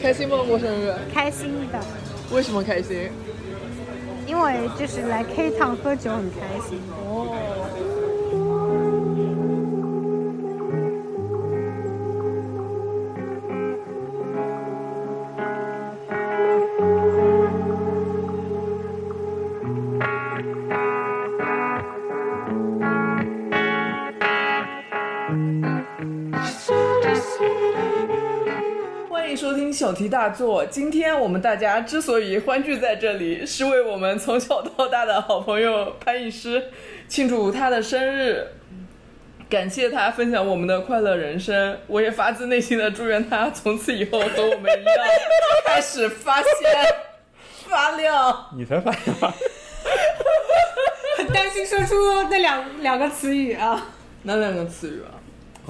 开心吗？过生日？开心的，为什么开心？因为就是来 K 堂喝酒很开心。欢迎收听小题大做。今天我们大家之所以欢聚在这里，是为我们从小到大的好朋友潘医师庆祝他的生日，感谢他分享我们的快乐人生。我也发自内心的祝愿他从此以后和我们一样开始发现 发亮。你才发现吧？很担心说出那两两个词语啊，哪两个词语啊？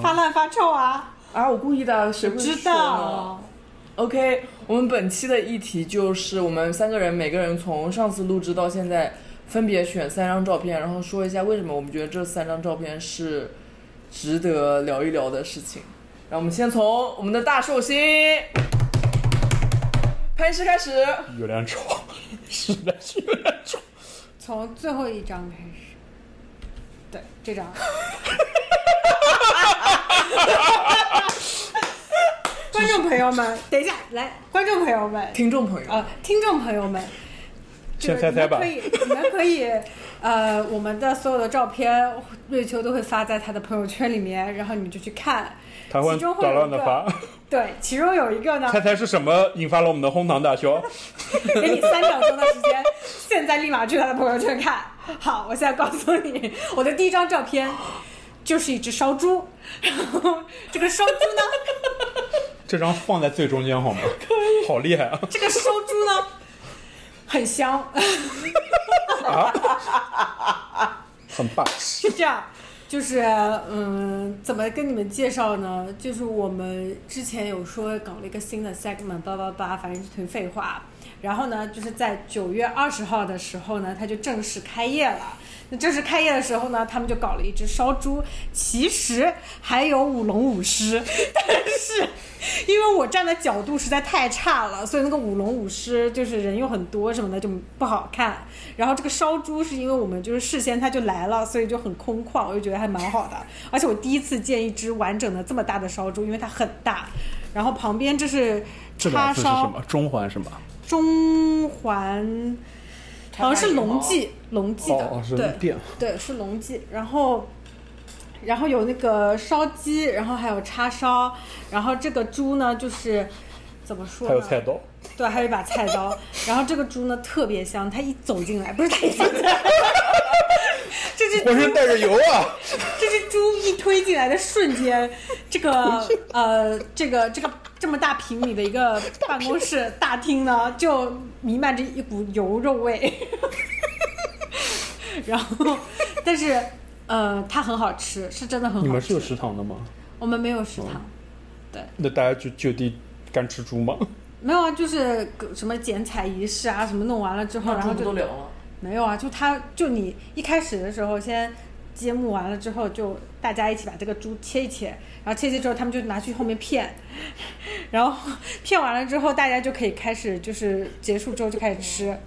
发烂发臭啊，啊，我故意的，谁会知说呢道。 OK，我们本期的议题就是我们三个人每个人从上次录制到现在，分别选三张照片，然后说一下为什么我们觉得这三张照片是值得聊一聊的事情。让我们先从我们的大寿星潘医师开始，有点丑，实在是有点丑。从最后一张开始，对，这张。观众朋友们，等一下，来，观众朋友们，听众朋友，呃，听众朋友们，先猜猜吧就是你们可以，你们可以，呃，我们的所有的照片，瑞秋都会发在他的朋友圈里面，然后你们就去看。他会其中会捣有乱一的个发，对，其中有一个呢， 猜猜是什么引发了我们的哄堂大笑？ 给你三秒钟的时间，现在立马去他的朋友圈看。好，我现在告诉你，我的第一张照片就是一只烧猪，然后这个烧猪呢，这张放在最中间好吗？好厉害啊！这个烧猪呢，很香，很霸气。是这样，就是嗯，怎么跟你们介绍呢？就是我们之前有说搞了一个新的 segment，叭叭叭，反正一堆废话。然后呢，就是在九月二十号的时候呢，它就正式开业了。那正式开业的时候呢，他们就搞了一只烧猪，其实还有舞龙舞狮， 但是因为我站的角度实在太差了，所以那个舞龙舞狮就是人又很多什么的就不好看。然后这个烧猪是因为我们就是事先它就来了，所以就很空旷，我就觉得还蛮好的。而且我第一次见一只完整的这么大的烧猪，因为它很大。然后旁边这是叉烧？中环是吗？中环，好像是龙记，记，龙记的，哦，是对店。对，是龙记。然后，然后有那个烧鸡，然后还有叉烧，然后这个猪呢，就是怎么说还呢？有菜刀，对，还有一把菜刀。然后这个猪呢特别香，它一走进来，不是它一走进来， 这只浑身带着油啊！这只猪一推进来的瞬间，这 个呃，这个这个这么大平米的一个办公室大厅呢，就弥漫着一股油肉味。 然后，但是呃，它很好吃，是真的很好吃。你们是有食堂的吗？我们没有食堂，那大家就就地干吃猪吗？ 没有啊，就是什么剪彩仪式啊，什么弄完了之后，然后就都聊了。没有啊，就他就你一开始的时候先揭幕完了之后，就大家一起把这个猪切一切，然后切一切之后，他们就拿去后面片，然后片完了之后，大家就可以开始就是结束之后就开始吃。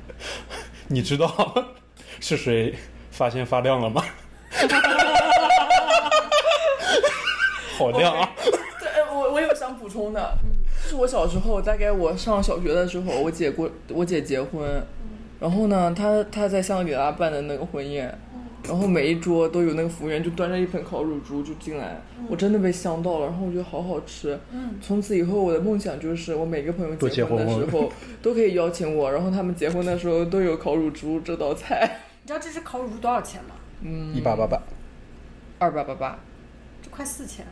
你知道 是谁发现发亮了 吗？好亮啊！ 对，哎我我有想补充的，就是我小时候，大概我上小学的时候，我姐过我姐结婚，然后呢，她她在香格里拉办的那个婚宴，然后每一桌都有那个服务员就端着一盆烤乳猪就进来，我真的被香到了，然后我觉得好好吃。从此以后我的梦想就是我每个朋友都结结婚的婚时 候都可以邀请我，然后他们结婚的时候都有烤乳猪这道菜，你知道这只烤乳猪多少钱吗？一八八八 二八八八。这快四千，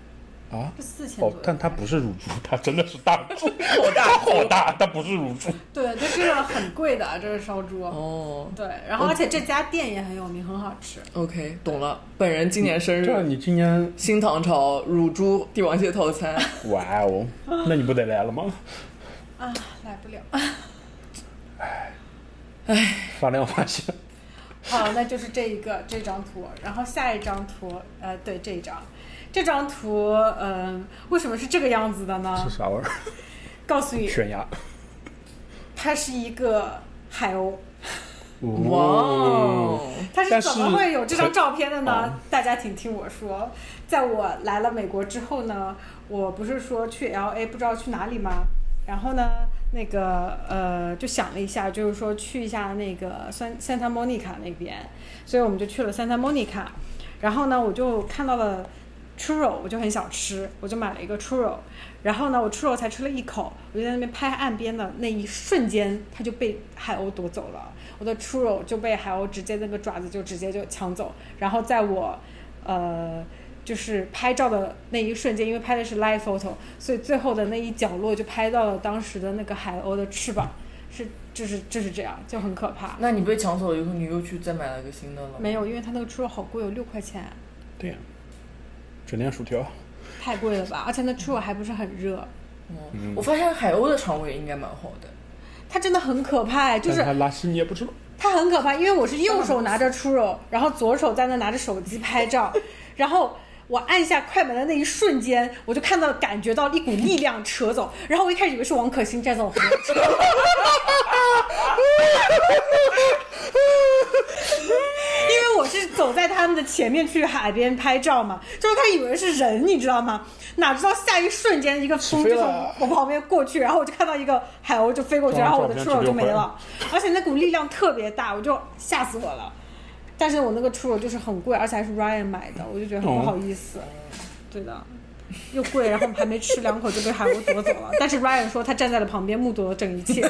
啊！这四千哦左右。，但它不是乳猪，它真的是大 猪，好大它好大，它不是乳猪。对，它这个很贵的，啊这是烧猪。哦对，然后而且这家店也很有名，很好吃。 ，OK，懂了。本人今年生日，这你今年新唐朝乳猪帝王蟹套餐，哇哦，那你不得来了吗？啊，来不了。发亮发现，好，哦那就是这一个这张图，然后下一张图，呃，对这呃一张，这张图，嗯、为什么是这个样子的呢？啥玩意儿？告诉你，悬崖。它是一个海鸥。哇哦，哦，他但是是怎么会有这张照片的可呢哦？大家请听我说，在我来了美国之后呢，我不是说去 L A 不知道去哪里吗？然后呢，那个呃，就想了一下，就是说去一下那个 San Santa Monica 那边，所以我们就去了 Santa Monica。然后呢，我就看到了 churro，我就很想吃，我就买了一个 churro。然后呢，我 churro 才吃了一口，我就在那边拍岸边的那一瞬间，它就被海鸥夺走了。我的 churro 就被海鸥直接那个爪子就直接就抢走。然后在我呃就是拍照的那一瞬间，因为拍的是 live photo，所以最后的那一角落就拍到了当时的那个海鸥的翅膀，是就是就是这样，就很可怕。那你被抢走以后，你又去再买了一个新的了？没有，因为它那个 churro 好贵，有六块钱。对呀，整天薯条。太贵了吧？而且那 churro 还不是很热，嗯，我发现海鸥的肠胃应该蛮好的。它真的很可怕哎，就但是他拉稀你也不知 道，它很可怕，因为我是右手拿着 churro，然后左手在那拿着手机拍 照，然后我按下快门的那一瞬间，我就看到感觉到一股力量扯走，然后我一开始以为是王可欣站在 我旁边，因为我是走在他们的前面去海边拍照嘛，就是他以为是人，你知道吗？哪知道下一瞬间一个风起就飞从了我旁边过去，然后我就看到一个海鸥就飞过去，然后我的撞出到手照片就没直接了，而且那股力量特别大，我就吓死我了。但是我那个出手就是很贵，而且还是 Ryan 买的，我就觉得很不哦好意思。对的，又贵，然后我们还没吃两口就被海鸥夺走了。但是 Ryan 说他站在了旁边目睹了整一切，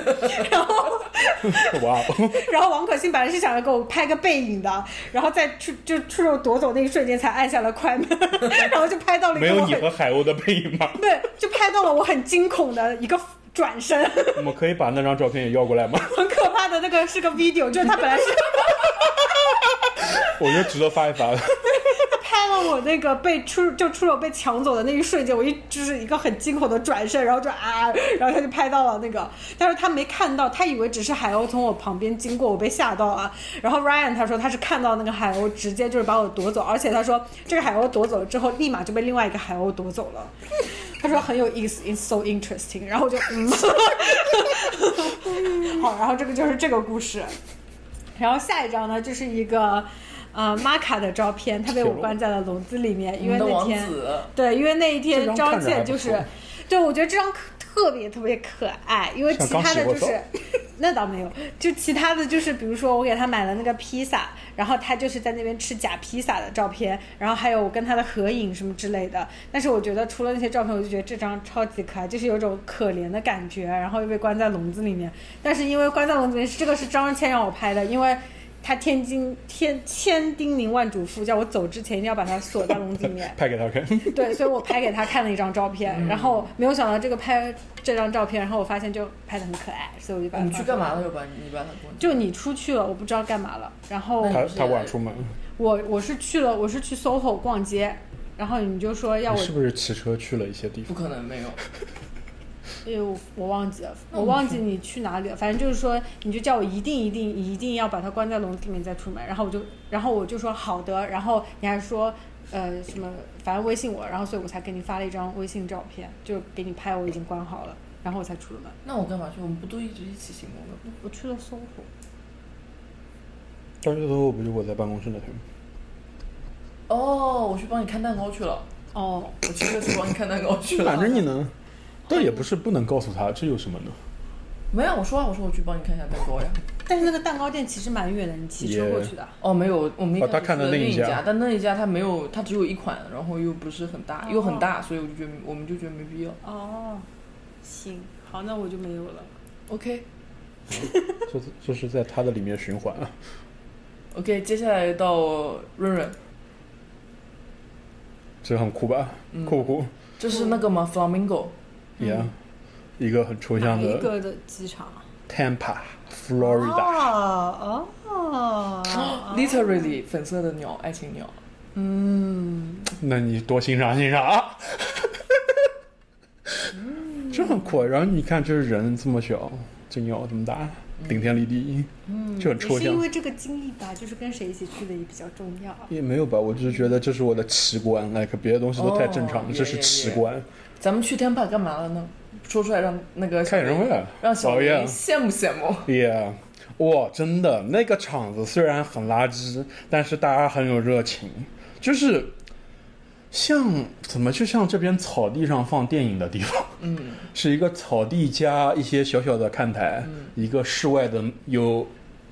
然后哇哦，然后王可欣本来是想要给我拍个背影的，然后在出就出手夺走那一瞬间才按下了快门，然后就拍到了一没个有我你很和海鸥的背影吗？对，就拍到了我很惊恐的一个转身， 我们可以把那张照片也要过来吗？很可怕的那个是个 video，就是他本来是我觉得值得发一发。拍了我那个被出就出手被抢走的那一瞬间，我一就是一个很惊恐的转身，然后就啊，然后他就拍到了那个，但是他没看到，他以为只是海鸥从我旁边经过，我被吓到了。然后 Ryan 他说他是看到那个海鸥直接就是把我夺走，而且他说这个海鸥夺走了之后，立马就被另外一个海鸥夺走了。他说很有意思，it's so interesting。然后我就嗯，好，然后这个就是这个故事。然后下一张呢，就是一个呃玛卡的照片，他被我关在了笼子里面，因为我们的那王天子，对，因为那一这天张张看着还倩不就错是，对我觉得这张可特别特别可爱，因为像其刚他洗的过就是澡 那倒没有，就其他的就是比如说我给他买了那个披萨，然后他就是在那边吃假披萨的照片，然后还有我跟他的合影什么之类的。但是我觉得除了那些照片，我就觉得这张超级可爱，就是有种可怜的感觉，然后又被关在笼子里面。但是因为关在笼子里面，这个是张倩让我拍的，因为。他天津天千叮咛万嘱咐，叫我走之前一定要把它锁在笼子里面。 拍给他看，对，所以我拍给他看了一张照嗯片，然后没有想到这个拍这张照片，然后我发现就拍的很可爱，所以我就把它你去放干上嘛来？了？又把你把它关？就你出去了，我不知道干嘛了。然后那他你是他晚出门，我我是去了，我是去 SOHO 逛街，然后你就说要你我是，不是骑车去了一些地不方？可能没有。哎呦，我忘记了，我忘记你去哪里了。反正就是说，你就叫我一定一定一定要把它关在笼子里面再出门。然后我就，然后我就说好的。然后你还说，呃，什么，反正微信我，然后所以我才给你发了一张微信照片，就给你拍我已经关好了，然后我才出了门。那我干嘛去？我们不都一直一起行动的吗？我去了搜狐，当时最后不就我在办公室那天吗？哦，我去帮你看蛋糕去了。哦，我真的去帮你看蛋糕去了。拦着你呢，倒也不是不能告诉他，这有什么呢？没有，我说啊，我说我去帮你看一下蛋糕呀。但是那个蛋糕店其实蛮远的，你骑车也过去的。哦，没有，我们一哦他开始看的去了那一另家家，但那一家它没有，它只有一款，然后又不是很大，又很大，所以我就觉得我们就觉得没必要。哦，行，好，那我就没有了。 OK 这这是在他的里面循环啊。 OK，接下来到润润，这很酷吧？嗯嗯酷不酷？这是那个吗？Flamingo，也、一个很抽哪象一的个的机场啊 Tampa, Florida，、哦哦， literally 粉色的鸟，爱情鸟。那你多欣赏欣赏啊！嗯这很酷啊。然后你看，这人这么小，这鸟这么大，顶天立地，就很也抽嗯是因象。为这个经历吧，就是跟谁一起去的也比较重要。也没有吧，我就是觉得这是我的奇观，like 别的东西都太正常哦了，这是也也奇观。咱们去 Tampa 干嘛了呢？说出来让那个开演唱会啊，让小熬林夜啊羡慕羡慕。 Yeah，哇，真的，那个场子虽然很垃圾，但是大家很有热情，就是像怎么就像这边草地上放电影的地方，嗯，是一个草地加一些小小的看台，一个室外的有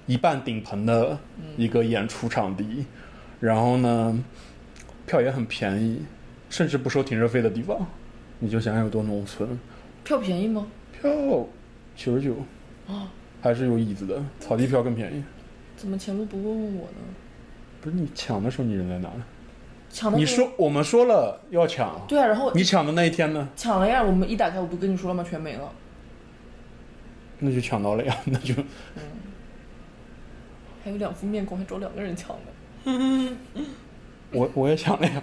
一半顶棚的一个演出场地，然后呢，票也很便宜，甚至不收停车费的地方，你就想想有多农村，票便宜吗？票九十九，啊，还是有椅子的，草地票更便宜。怎么前路不问问我呢？不是你抢的时候你人在哪呢？抢的你说我们说了要抢，对啊，然后你抢的那一天呢？抢了呀，我们一打开我不跟你说了吗？全没了。那就抢到了呀，那就还有两副面孔，还找两个人抢的。我我也抢了 呀。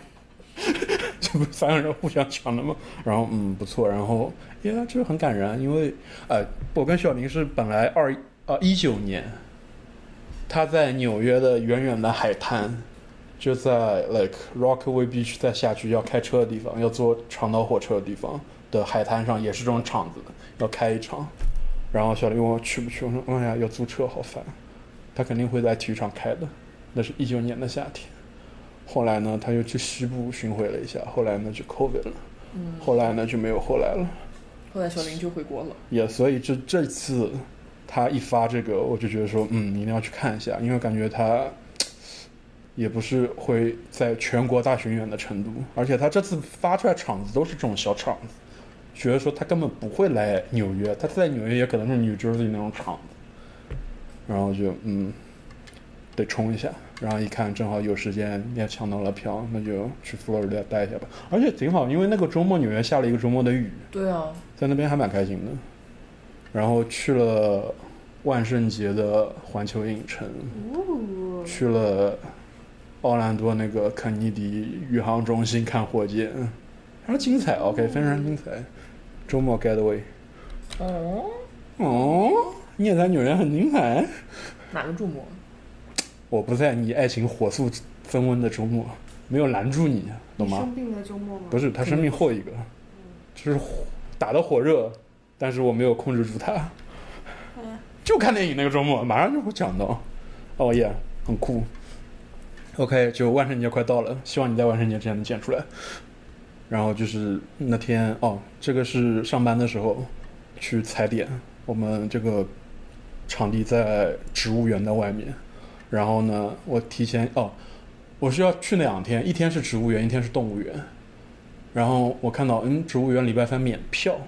这不是三个人互相抢的吗？然后嗯不错，然后呀这很感人，因为呃我跟小林是本来二呃一九年，他在纽约的远远的海滩，就在 like Rockaway Beach 再下去要开车的地方，要坐长岛火车的地方的海滩上也是这种场子，要开一场。然后小林问我去不去，我说哎呀要租车好烦，他肯定会在体育场开的，那是一九年的夏天。后来呢，他又去西部巡回了一下，后来呢就 COVID 了，嗯，后来呢就没有后来了，后来小林就回国了。也、所以这这次他一发这个，我就觉得说，嗯，一定要去看一下，因为感觉他也不是会在全国大巡演的程度，而且他这次发出来场子都是这种小场子，觉得说他根本不会来纽约，他在纽约也可能是 New Jersey 那种场子，然后就嗯，得冲一下，然后一看正好有时间也抢到了票，那就去佛罗里达待一下吧，而且挺好，因为那个周末纽约下了一个周末的雨，对啊，在那边还蛮开心的。然后去了万圣节的环球影城，哦，去了奥兰多那个肯尼迪宇航中心看火箭，非常精彩。OK，非常精彩。周末 getaway，哦，哦，你也在纽约很精彩。哪个注目？啊我不在你爱情火速增温的周末，没有拦住你，懂你吗？生病的周末吗？不是，他生病后一个，就是火打得火热，但是我没有控制住他。嗯就看电影那个周末，马上就会讲到。哦耶，很酷。OK，就万圣节快到了，希望你在万圣节之前能剪出来。然后就是那天哦，这个是上班的时候去踩点，我们这个场地在植物园的外面。然后呢，我提前哦，我是要去那两天，一天是植物园，一天是动物园。然后我看到，嗯，植物园礼拜三免票，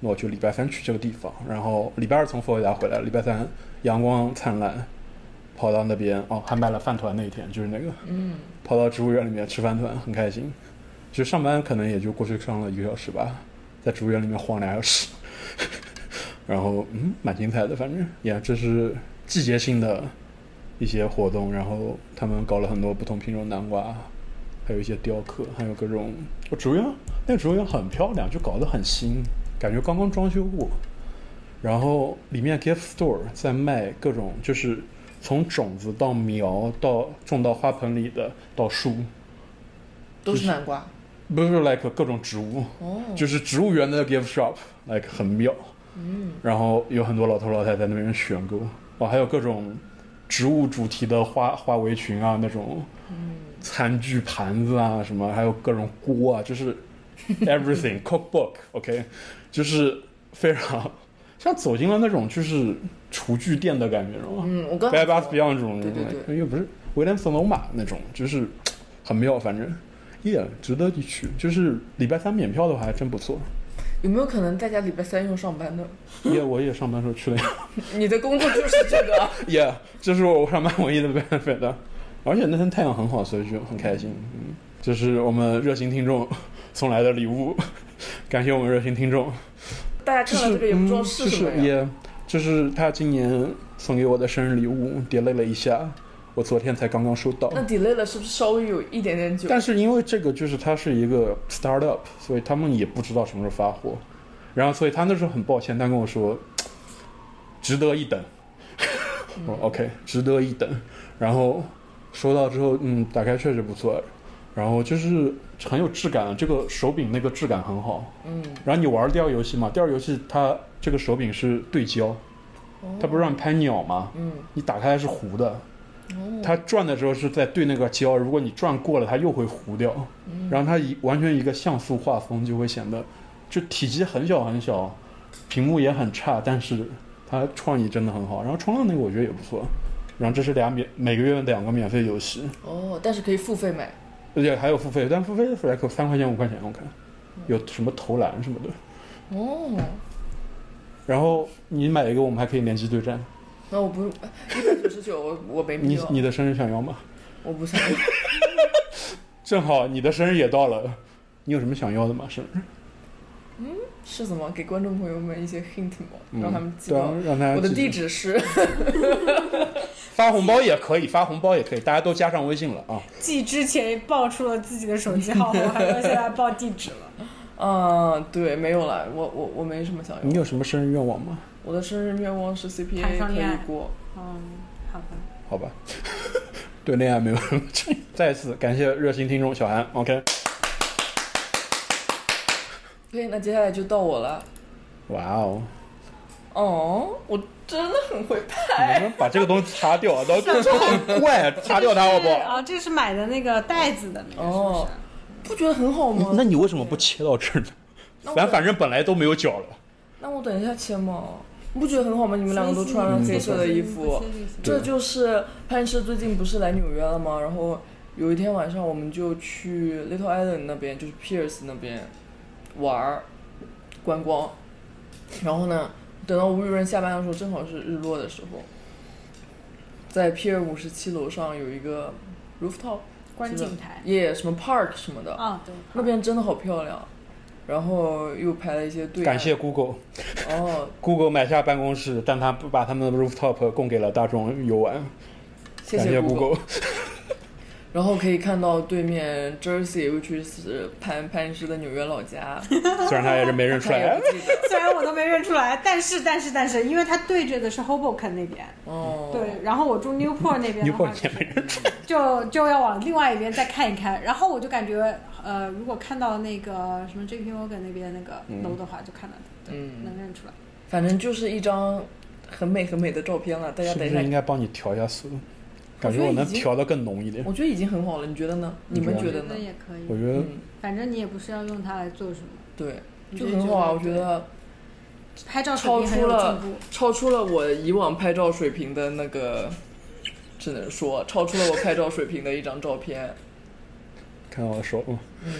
那我就礼拜三去这个地方，然后礼拜二从佛罗里达回来，礼拜三阳光灿烂，跑到那边哦，还买了饭团那一天，就是那个嗯，跑到植物园里面吃饭团，很开心。就上班可能也就过去上了一个小时吧，在植物园里面晃俩小时， 然后嗯，蛮精彩的，反正呀，这是季节性的一些活动，然后他们搞了很多不同品种南瓜，还有一些雕刻，还有各种哦植物园，那个植物园很漂亮，就搞得很新，感觉刚刚装修过。然后里面 gift store 在卖各种，就是从种子到苗到种到花盆里的到树，都是南瓜。不是 like 各种植物，哦，就是植物园的 gift shop，like 很妙。嗯，然后有很多老头老太太在那边选购，哦，还有各种植物主题的花花围裙啊，那种餐具盘子啊，什么，还有各种锅啊，就是 everything cookbook，OK，、就是非常像走进了那种就是厨具店的感觉，知道吗？嗯，我刚 Bad Bath Beyond 这种，对对对又不是威廉索罗马那种，就是很妙，反正耶值得一去。就是礼拜三免票的话，还真不 错。有没有可能大家礼拜三要上班的？耶、我也上班时候去了呀。 你的工作就是这个。耶、这是我上班唯一的 benefit 啊。而且那天太阳很好，所以就很开心。嗯，这是我们热心听众送来的礼物， 感谢我们热心听众。大家看到这个也不知道是什么就是呀。也，就是他今年送给我的生日礼物，delay 了一下，我昨天才刚刚收到。那 delay 了是不是稍微有一点点久？但是因为这个就是它是一个 startup，所以他们也不知道什么时候发货，然后所以他那时候很抱歉，他跟我说，值得一等。我说 OK，值得一等。然后收到之后，嗯，打开确实不错。然后就是很有质感，这个手柄那个质感很好。嗯，然后你玩第二游戏嘛，第二游戏它这个手柄是对焦，它不是让你拍鸟吗？嗯，你打开是糊的，哦它转的时候是在对那个焦，如果你转过了，它又会糊掉。嗯然后它一完全一个像素画风就会显得，就体积很小很小，屏幕也很差，但是它创意真的很好。然后冲浪那个我觉得也不错。然后这是俩免每个月两个免费游戏，哦，但是可以付费买。而且还有付费，但付费的 f l a 三块钱五块钱我看，嗯有什么投篮什么的。哦，然后你买一个，我们还可以联机对战。那我不一百九十九，我我没必你要，你的生日想要吗？我不想。正好你的生日也到了，你有什么想要的吗？生日？是怎么给观众朋友们一些 hint 吗？嗯让他们记对到啊。，让他我的记地得址是发红包也可以，发红包也可以，大家都加上微信了啊。继之前报出了自己的手机号码，还要现在报地址了。嗯，对，没有了，我我我没什么想你要。有什么生日愿望吗？我的生日愿望是 CPA 谈上可恋爱以过。嗯，好吧。好吧， 对恋爱没有什么建议。再次感谢热心听众小韩，OK。对，那接下来就到我了。哇哦，哦，我真的很会拍。你们把这个东西擦掉，然后这很怪，擦掉它好不是 好？啊，这是买的那个袋子的那个，哦是不不觉得很好吗？那你为什么不切到这儿呢？那我反反正本来都没有脚了。那我等一下切嘛，你不觉得很好吗？你们是？两个都穿了黑色的衣服，这嗯对就是潘石最近不是来纽约了吗？然后有一天晚上我们就去 Little Island 那边，就是 Pierce 那边玩儿观光。然后呢，等到吴雨润下班的时候，正好是日落的时候，在 Pier 五十七楼上有一个 rooftop 观景台耶、什么 park 什么的，啊，对，那边真的好漂亮。然后又排了一些队，啊感谢 Google，Google 哦，买下办公室，但他不把他们的 rooftop 供给了大众游玩。谢感谢谢 Google。然后可以看到对面 Jersey，尤其是潘潘石的纽约老家，虽然他也是没认出他也来不。记得。 虽然我都没认出来，但是但是但是，因为它对着的是 Hoboken 那边，哦，对，然后我住 Newport 那边尼 的泊话尔，也没认出就就要往另外一边再看一看，然后我就感觉，呃，如果看到那个什么 JP Morgan 那边那个楼的话，就看到它，对，嗯能认出来。反正就是一张很美很美的照片了。大来，家是不等一是应下，该帮你调一下色？感觉我觉得我能已经调的更浓一点。我觉得已经很好了，你觉得呢？你们我觉得呢那？也可我以，觉得嗯，反正你也不是要用它来做什么，对，你就很好啊。我觉就得拍照水平很有进步。超出了我以往拍照水平的那个，只能说超出了我拍照水平的一张照片。看到我的手吗？嗯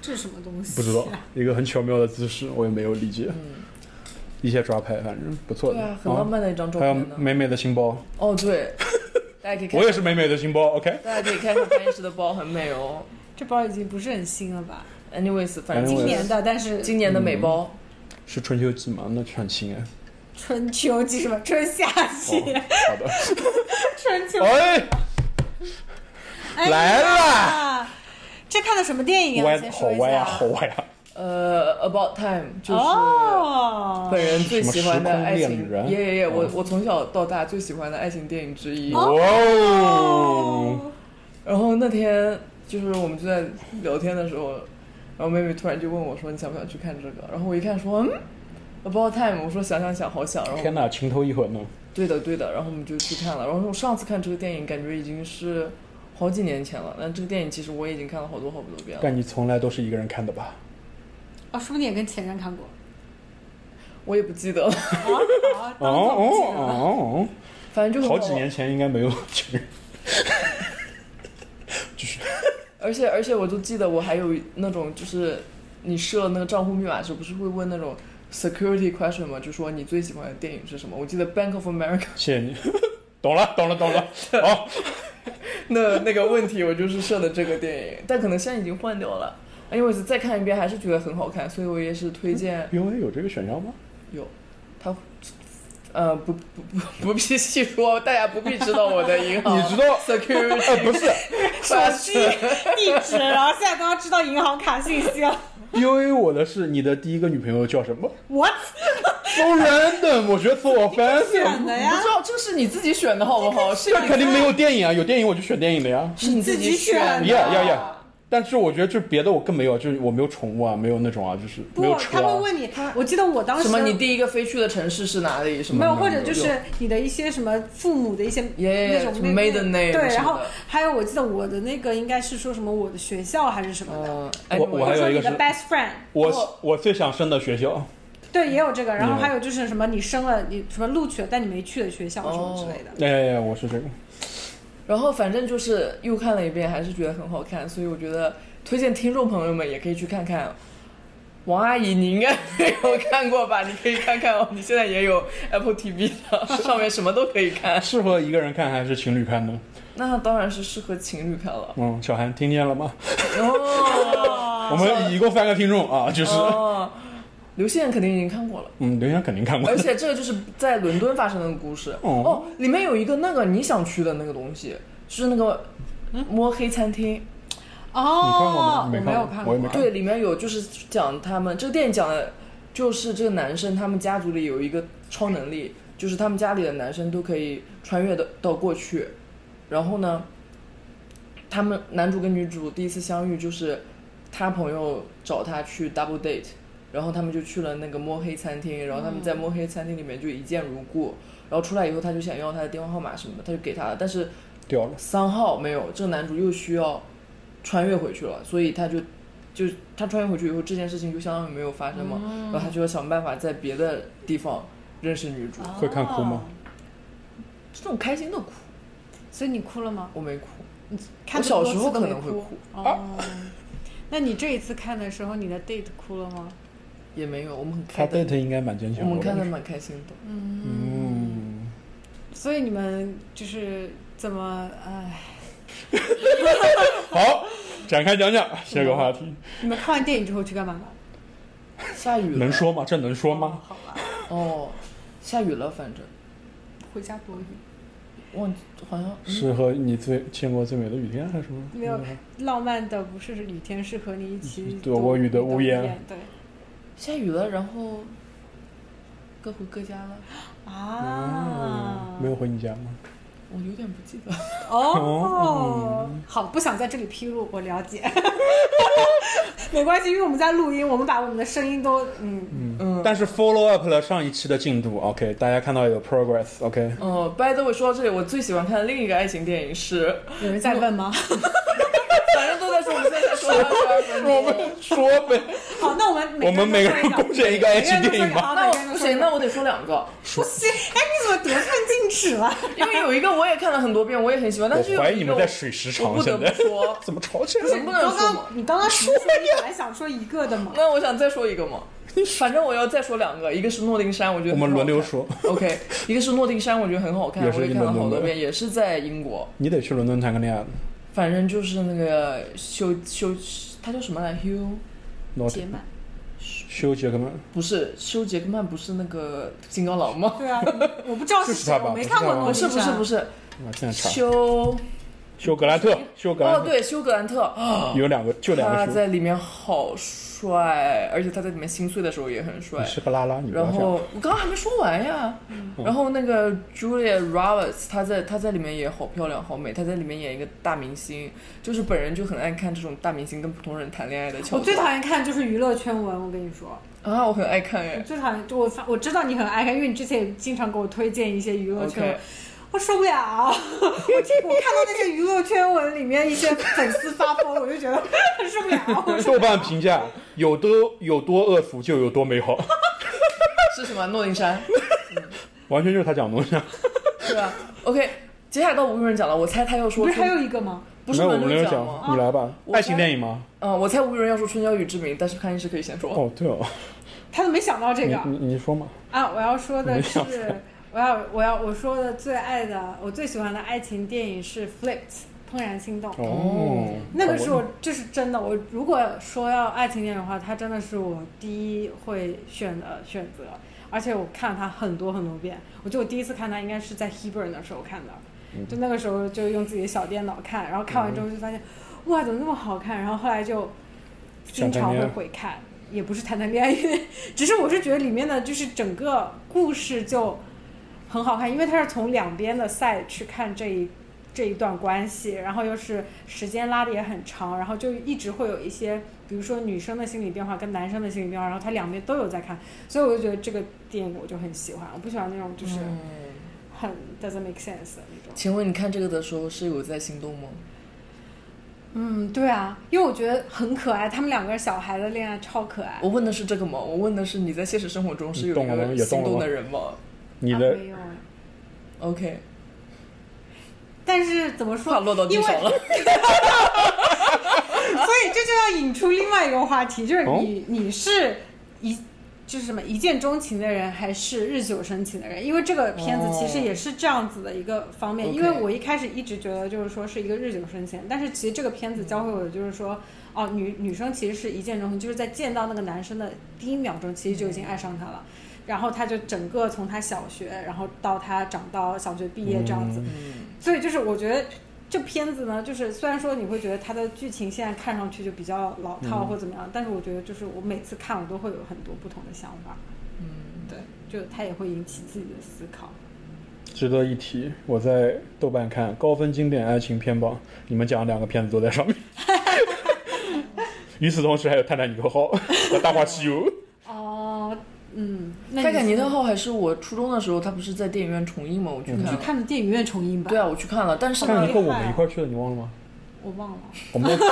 这是什么东西、啊不知道，一个很巧妙的姿势，我也没有理解。嗯，一些抓拍，反正不错对的。啊，很浪漫的一张照还有片呢。美美的新包，哦，对，大家可以看。我也是美美的新包。OK，大家可以看看潘石的包，很美哦。 这包已经不是很新了吧？ Anyways，反正 Anyways 今年的，但是今年的美包，是春秋季嘛？那很轻哎。春秋季什么春夏季、哦好的。春秋哎，哎来了，啊！这看的什么电影啊？歪先好说一下。歪啊，好歪啊！呃，About Time 就是哦，本人最喜欢的爱什么时情空恋，人耶耶耶！我嗯我从小到大最喜欢的爱情电影之一。哇哦哦，然后那天就是我们就在聊天的时候，然后妹妹突然就问我说：“你想不想去看这个？”然后我一看说：“嗯，About Time。”我说：“想想想，好想。”然后天哪，情投意合呢。对的对的，然后我们就去看了。然后我上次看这个电影，感觉已经是好几年前了。但这个电影其实我已经看了好多好多遍了。但你从来都是一个人看的吧？哦，说不定也跟前任看过。我也不记得了，哦，哦当做不记得了哦反正哦，就好很几玩年前应该没有情人。而且而且我就记得我还有那种就是你设那个账户密码的时候，不是会问那种 security question 吗？就说你最喜欢的电影是什么？我记得 Bank of America 谢谢你， 懂了，懂了，懂了。好，那那个问题，我就是设的这个电影，但可能现在已经换掉了。anyways，再看一遍还是觉得很好看，所以我也是推 荐因为有这个选项吗？有它。呃，不不不，不必细说，大家不必知道我的银行。 你知道 security 哎，不 是，手机啊哦地址，然后现在都要知道银行卡信息了。因为我的是你的第一个女朋友叫什么 What？ ？So random，我觉得 so 选 offensive。的你不呀知？道，这是你自己选的好不好？是那你肯定没有电影啊，有电影我就选电影的呀。是你自己己选选的。的。啊 Yeah, yeah, yeah 但是我觉得就是别的我更没有，就是我没有宠物啊，没有那种啊，就是没有不，车、他啊会。问你，我记得我当时什么？你第一个飞去的城市是哪里？什么没有，的或者就是你的一些什么父母的一些 Yeah，那种什么那 maiden name 对，什么然后的还有我记得我的那个应该是说什么我的学校还是什么的，嗯，我 anyway，我还或者有说一个你的是 best friend，我我最想升的学校，对，也有这个，然后嗯还有就是什么你升了你什么录取了但你没去的学校什么之类的，哎哎哎，我是这个，然后反正呃就是又看了一遍，还是觉得很好看，所以我觉得推荐听众朋友们也可以去看看。王阿姨，你应该没有看过吧？你可以看看哦，你现在也有 Apple TV 了， 上面什么都可以看。适合一个人看还是情侣看呢？那当然是适合情侣看了。嗯，小韩听见了吗？哦，我们一共三个听众啊，就是、哦，刘宪肯定已经看过了。嗯，刘翔肯定看过而，且这个就是在伦敦发生的故事哦哦，里面有一个那个你想去的那个东西，就是那个摸黑餐厅。哦，哦你看过吗你没我没有看看过我也没看对，里面有就是讲他们这个电影讲的，就是这个男生他们家族里有一个超能力，就是他们家里的男生都可以穿越的到过去，然后呢，他们男主跟女主第一次相遇就是他朋友找他去 double date，然后他们就去了那个摸黑餐厅，然后他们在摸黑餐厅里面就一见如故，然后出来以后他就想要他的电话号码什么的，他就给他了，但是掉了。三号没有，这个男主又需要穿越回去了，所以他就就他穿越回去以后，这件事情就相当于没有发生哦嘛，然后他就要想办法在别的地方认识女主，哦会看哭吗？这种开心的哭，所以你哭了吗？我没哭，看我这小么多时候次都可没能会哭哭。啊哦，那你这一次看的时候，你的 date 哭了吗？也没有，我们很他开的， date 应该蛮坚强我们的。看的 感觉蛮开心的，嗯，所以你们就是怎么唉？好，展开讲讲这个话题，你们看完电影之后去干嘛了？下雨了，能说吗？这能说吗？好吧，哦，下雨了，反正回家躲雨。忘记好像适合你最见过最美的雨天还是什么？没有浪漫的不是雨天，是和你一起躲过雨的屋檐。对下雨了，然后各回各家了，啊，嗯没有回你家吗？我有点不记得。 哦，好，不想在这里披露，我了解。 没关系，因为我们在录音，我们把我们的声音都嗯，嗯但是 follow up 了上一期的进度，OK，大家看到有 progress，OK，、哦，by the way，说到这里，我最喜欢看的另一个爱情电影是，有人在问吗？反正都在说我们现在才说了二十二分 我钟。们 说呗， 好，那我们我们每个人人贡献一个爱情电影吧。啊那那我我不不行，行，那那我得说两个，不行。哎，你怎么得寸进尺 了？因为有一个我也看了很多遍，我也很喜欢，但是我有怀疑一你个们在水时我长，不得现不在 说，怎么吵起来能了？不能刚说嘛刚？你刚刚说你本来想说一个的嘛？那我想再说一个 嘛，反正我要再说两个，一个是诺丁山，我觉得很我们好轮流看。说， OK，一个是诺丁山，我觉得很好看，也是我也看了英好伦多的遍，也是在英国。你得去伦敦谈个恋爱了。反正就是那个修修，他叫什么来？Hugh 诺杰曼。修杰克曼，不是修杰克曼，不是那个金刚狼吗？ 对啊，我不知道就是是谁，他吧我没看过不 诺不丁是不山。是不是，我啊现在查。修修格兰特，修格哦兰特，对，休格 兰特啊，有两个，就两他个修。在里面好帅，而且他在里面心碎的时候也很帅你。是个嗯拉拉，你不要然这样。后我刚刚还没说完呀，然后那个 Julia Roberts，她在她在里面也好漂亮好美，她在里面演一个大明星，就是本人就很爱看这种大明星跟普通人谈恋爱的桥段。我最讨厌看就是娱乐圈文，我跟你说，啊，我很爱看我哎。最讨厌就我发我知道你很爱看，因为你之前也经常给我推荐一些娱乐圈文 OK，我受不了，我听我看到那些娱乐圈文里面一些粉丝发疯，我就觉得很受不了。我豆瓣评价有多有多恶俗就有多美好， 是什么？诺丁山，完全就是他讲的东西啊。对吧？OK，接下来到吴润讲了，我猜他要说不是还春，有一个吗？不是没有轮我们流没有讲吗？哦讲，你来吧。我爱情电影吗？嗯，我猜吴润要说《春娇与志明》，但是潘医师可以先说。哦，对哦，他都没想到这你个你你说嘛。啊！我要说的是嗯没想到，我要我要我说的最爱的，我最喜欢的爱情电影是《Flipped》怦然心动。哦，那个是我，这是真的。我如果说要爱情电影的话，它真的是我第一会选的选择，而且我看了它很多很多遍。我觉得我第一次看它应该是在 Hebron 的时候看的，就那个时候就用自己的小电脑看，然后看完之后就发现，哇，怎么那么好看？然后后来就经常会回看，也不是谈谈恋爱，因为 只是我是觉得里面的就是整个故事就很好看，因为它是从两边的赛去看这一这一段关系，然后又是时间拉的也很长，然后就一直会有一些，比如说女生的心理变化跟男生的心理变化，然后他两边都有在看，所以我就觉得这个电影我就很喜欢，我不喜欢那种就是很 doesn't make sense 的那嗯种。请问你看这个的时候是有在心动吗？嗯，对啊，因为我觉得很可爱，他们两个小孩的恋爱超可爱。我问的是这个吗？我问的是你在现实生活中是有你动一了吗个也动心了动吗的人吗你啊的没有啊， ？OK，但是怎话么说？落到地因为 上了。所以这就要引出另外一个话题，就是哦你、你是一就是什么一见钟情的人，还是日久生情的人？因为这个片子其实也是这样子的一个方面。 OK 因为我一开始一直觉得就是说是一个日久生情，但是其实这个片子教会我的就是说，哦，女女生其实是一见钟情，就是在见到那个男生的第一秒钟，其实就已经爱上他了。然后他就整个从他小学，然后到他长到小学毕业这样子，嗯，所以就是我觉得这片子呢，就是虽然说你会觉得它的剧情现在看上去就比较老套嗯或怎么样，但是我觉得就是我每次看我都会有很多不同的想法，嗯对，就它也会引起自己的思考。值得一提，我在豆瓣看高分经典爱情片榜，你们讲的两个片子都 在上面。与此同时，还有《泰坦尼克号》和《大话西游》。哦，嗯，那泰坦尼克号号还是我初中的时候，它不是在电影院重映吗？我嗯去你看去了。看的电影院重映吧？对啊，我去看了，但是泰看坦了呢尼克我们一块儿去的，你忘了吗？我忘了，我 们在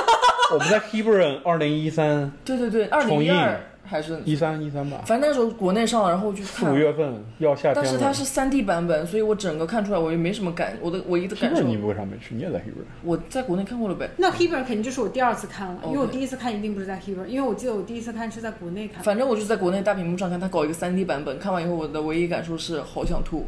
我们在 Hebron 二零一三对对对，二零重一映二还是一三一三吧，反正那时候国内上了，然后我去四看五。月份要夏天但了。是它是三 D 版本，所以我整个看出来我也没什么感，我的唯一的感 Hebron 受，你为啥没去？你也在 Hebron？我在国内看过了呗。那 Hebron 肯定就是我第二次看了，因为我 OK 第一次看一定不是在 Hebron，因为我记得我第一次看是在国内看的。反正我就在国内大屏幕上看，他搞一个三 D 版本，看完以后我的唯一感受是好想吐。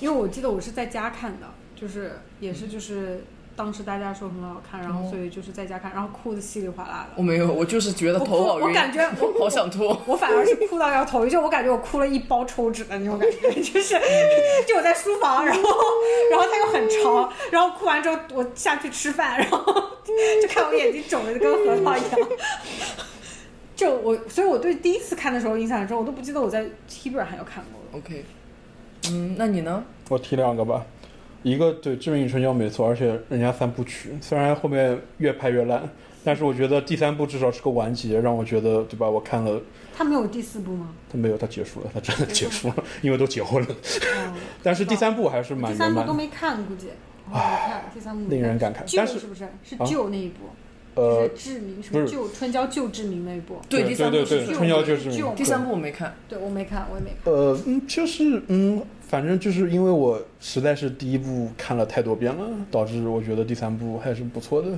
因为我记得我是在家看的，就是也是就是当时大家说很好看，然后哦所以就是在家看，然后哭的稀里哗啦我的。没有，我就是觉得我头好哭晕，我感觉我 好想吐。我反而是哭到要头晕，就我感觉我哭了一包抽纸的那种感觉，就是嗯 就我在书房，然后然后它又很长，然后哭完之后我下去吃饭，然后就看我眼睛肿的跟核桃一样。 就我，所以我对第一次看的时候印象很深，我都不记得我在 t b e r 还有看过了。 OK，嗯，那你呢？我提两个吧，一个对《致命春娇》没错，而且人家三部曲，虽然后面越拍越烂，但是我觉得第三部至少是个完结，让我觉得对吧？我看了。它没有第四部吗？他没有，他结束了，他真的结束了，因为都结婚了。 哦，但是第三部还是嗯蛮第圆三部满都的，没看，估计。我没看第三部，令人感慨。但救是是不是是啊救那一部？呃，就是志明什不么是救春娇救志明那一部。对第三部对是对，救剧春娇救志救明。第三部我没看。对，我没看，我也没看。呃，嗯，就是嗯，反正就是因为我实在是第一部看了太多遍了，导致我觉得第三部还是不错的。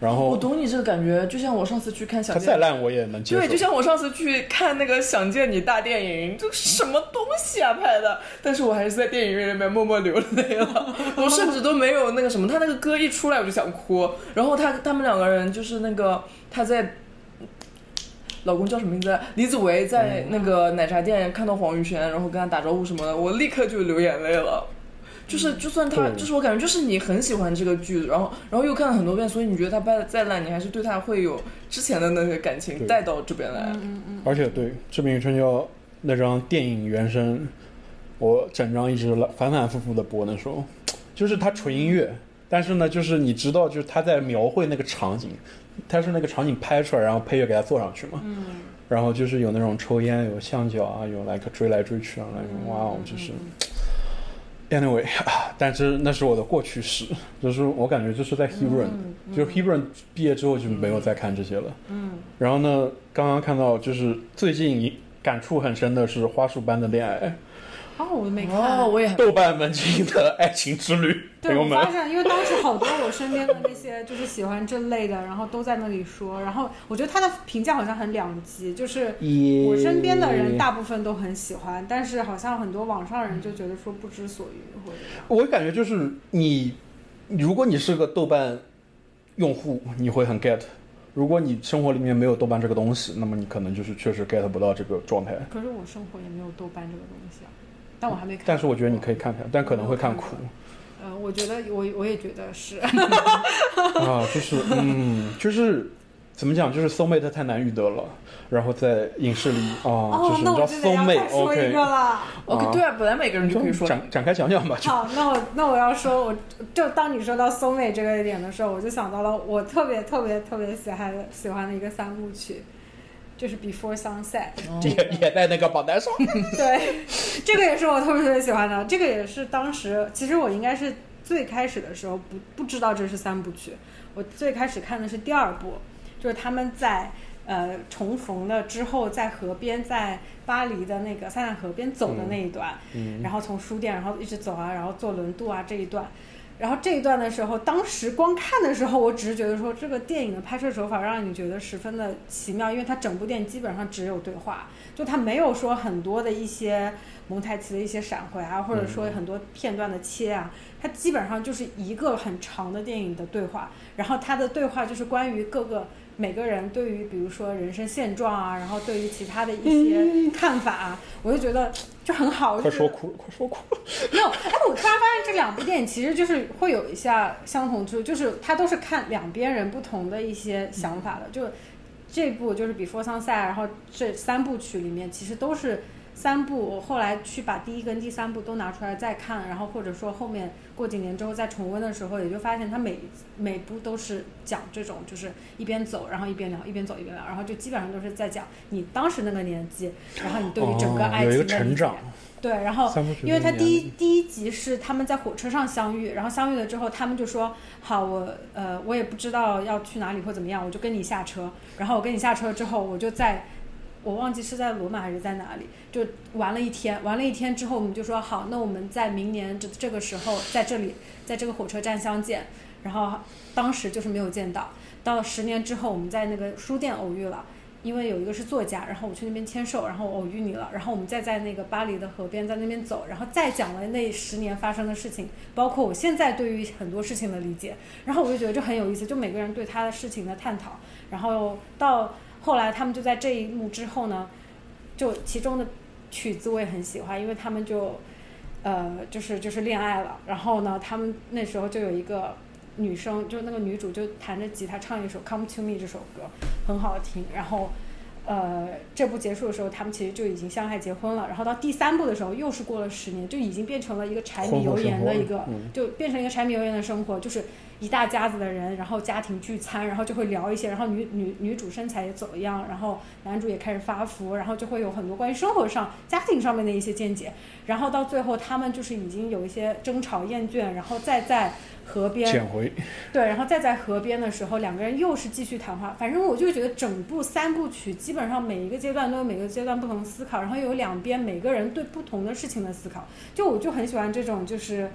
然我后懂你这个感觉，就像我上次去看《想他见》，再烂我也能接受。对，就像我上次去看那个《想见你》大电影，这什么东西啊拍的？但是我还是在电影院里面默默流泪 了，我甚至都没有那个什么，他那个歌一出来我就想哭。然后他他们两个人就是那个他在。老公叫什么名字？李子维在那嗯个奶茶店看到黄宇轩，然后跟他打招呼什么的，我立刻就流眼泪了。就是，就算他，对就是我感觉，就是你很喜欢这个剧，然后，然后又看了很多遍，所以你觉得他拍的再烂，你还是对他会有之前的那个感情对带到这边来。嗯嗯而且对《致命春娇》那张电影原声，我整张一直拉反反复复的播。那时候，就是它纯音乐，但是呢，就是你知道，就是他在描绘那个场景，他是那个场景拍出来，然后配乐给它做上去嘛。嗯。然后就是有那种抽烟，有巷角啊，有来个追来追去啊，那嗯种哇哦，就是。Anyway，啊但是那是我的过去式，就是我感觉就是在 Hebron，、就是 Hebron 毕业之后就没有再看这些了。嗯然后呢，刚刚看到就是最近一感触很深的是《花束般的恋 爱哦，我没看。哦，我也》，豆瓣文青的爱情之旅，朋对，友我们发。现，因为当时好多我身边的那些就是喜欢这类的，然后都在那里说，然后我觉得他的评价好像很两极，就是我身边的人大部分都很喜欢，但是好像很多网上人就觉得说不知所云或者这样我感觉就是你，如果你是个豆瓣用户，你会很 get；如果你生活里面没有豆瓣这个东西，那么你可能就是确实 get 不到这个状态。可是我生活也没有豆瓣这个东西啊，但我还没看。但是我觉得你可以看看，但可能会看哭呃，我觉得我我也觉得是，啊，就是嗯，就是怎么讲，就是 soul mate 太难遇得了。然后在影视里啊、就是哦那你知我道真 soul 的要再 mate 说一 OK，个了。啊 OK，对啊，本来每个人就可以说展展开讲讲吧，就 好，那我那我要说，我就当你说到松美这个点的时候，我就想到了我特别特别特别喜欢的喜欢的一个三部曲，就是《Before Sunset》这也个。也在那个榜单上。 对，这个也是我特别特别喜欢的。这个也是当时，其实我应该是最开始的时候不不知道这是三部曲，我最开始看的是第二部，就是他们在呃重逢了之后，在河边，在巴黎的那个塞纳河边走的那一段，嗯然后从书店，然后一直走啊，然后坐轮渡啊这一段。然后啊这一段的时候，当时光看的时候，我只是觉得说这个电影的拍摄手法让你觉得十分的奇妙，因为它整部电影基本上只有对话，就它没有说很多的一些蒙太奇的一些闪回啊，或者说很多片段的切啊，它基本上就是一个很长的电影的对话，然后它的对话就是关于各个每个人对于比如说人生现状啊，然后对于其他的一些看法啊，我就觉得就很好，我快就觉 说得哭了，快说哭了！没有，哎，我突然发现这两部电影其实就是会有一下相同之处，就是它都是看两边人不同的一些想法的。就这部就是《Before Sunset》，然后这三部曲里面其实都是三部，我后来去把第一跟第三部都拿出来再看，然后或者说后面过几年之后再重温的时候，也就发现它每每部都是讲这种，就是一边走然后一边聊，一边走一边聊，然后就基本上都是在讲你当时那个年纪，然后你对于整个哦爱有一情个的理成解长，对，然后三部曲哦因为的他年第一龄第一集是他们在火车上相遇，然后相遇了之后，他们就说好，我呃我也不知道要去哪里或怎么样，我就跟你下车。然后我跟你下车之后，我就在我忘记是在罗马还是在哪里，就玩了一天。玩了一天之后，我们就说好，那我们在明年这这个时候在这里，在这个火车站相见。然后当时就是没有见到，到十年之后，我们在那个书店偶遇了。因为有一个是作家，然后我去那边签售，然后我偶遇你了，然后我们再在那个巴黎的河边在那边走，然后再讲了那十年发生的事情，包括我现在对于很多事情的理解，然后我就觉得就很有意思，就每个人对他的事情的探讨，然后到后来他们就在这一幕之后呢，就其中的曲子我也很喜欢，因为他们就呃就是就是恋爱了，然后呢，他们那时候就有一个女生，就那个女主就弹着吉他唱一首《Come to Me》这首歌，很好听。然后，呃，这部结束的时候，他们其实就已经相爱结婚了。然后到第三部的时候，又是过了十年，就已经变成了一个柴米婚后油盐生活的一个，嗯就变成一个柴米油盐的生活，就是一大家子的人，然后家庭聚餐，然后就会聊一些，然后女女女主身材也走样，然后男主也开始发福，然后就会有很多关于生活上、家庭上面的一些见解。然后到最后，他们就是已经有一些争吵、厌倦，然后再在河边捡回对，然后再在河边的时候，两个人又是继续谈话。反正我就觉得整部三部曲基本上每一个阶段都有每个阶段不同的思考，然后有两边每个人对不同的事情的思考。就我就很喜欢这种，就是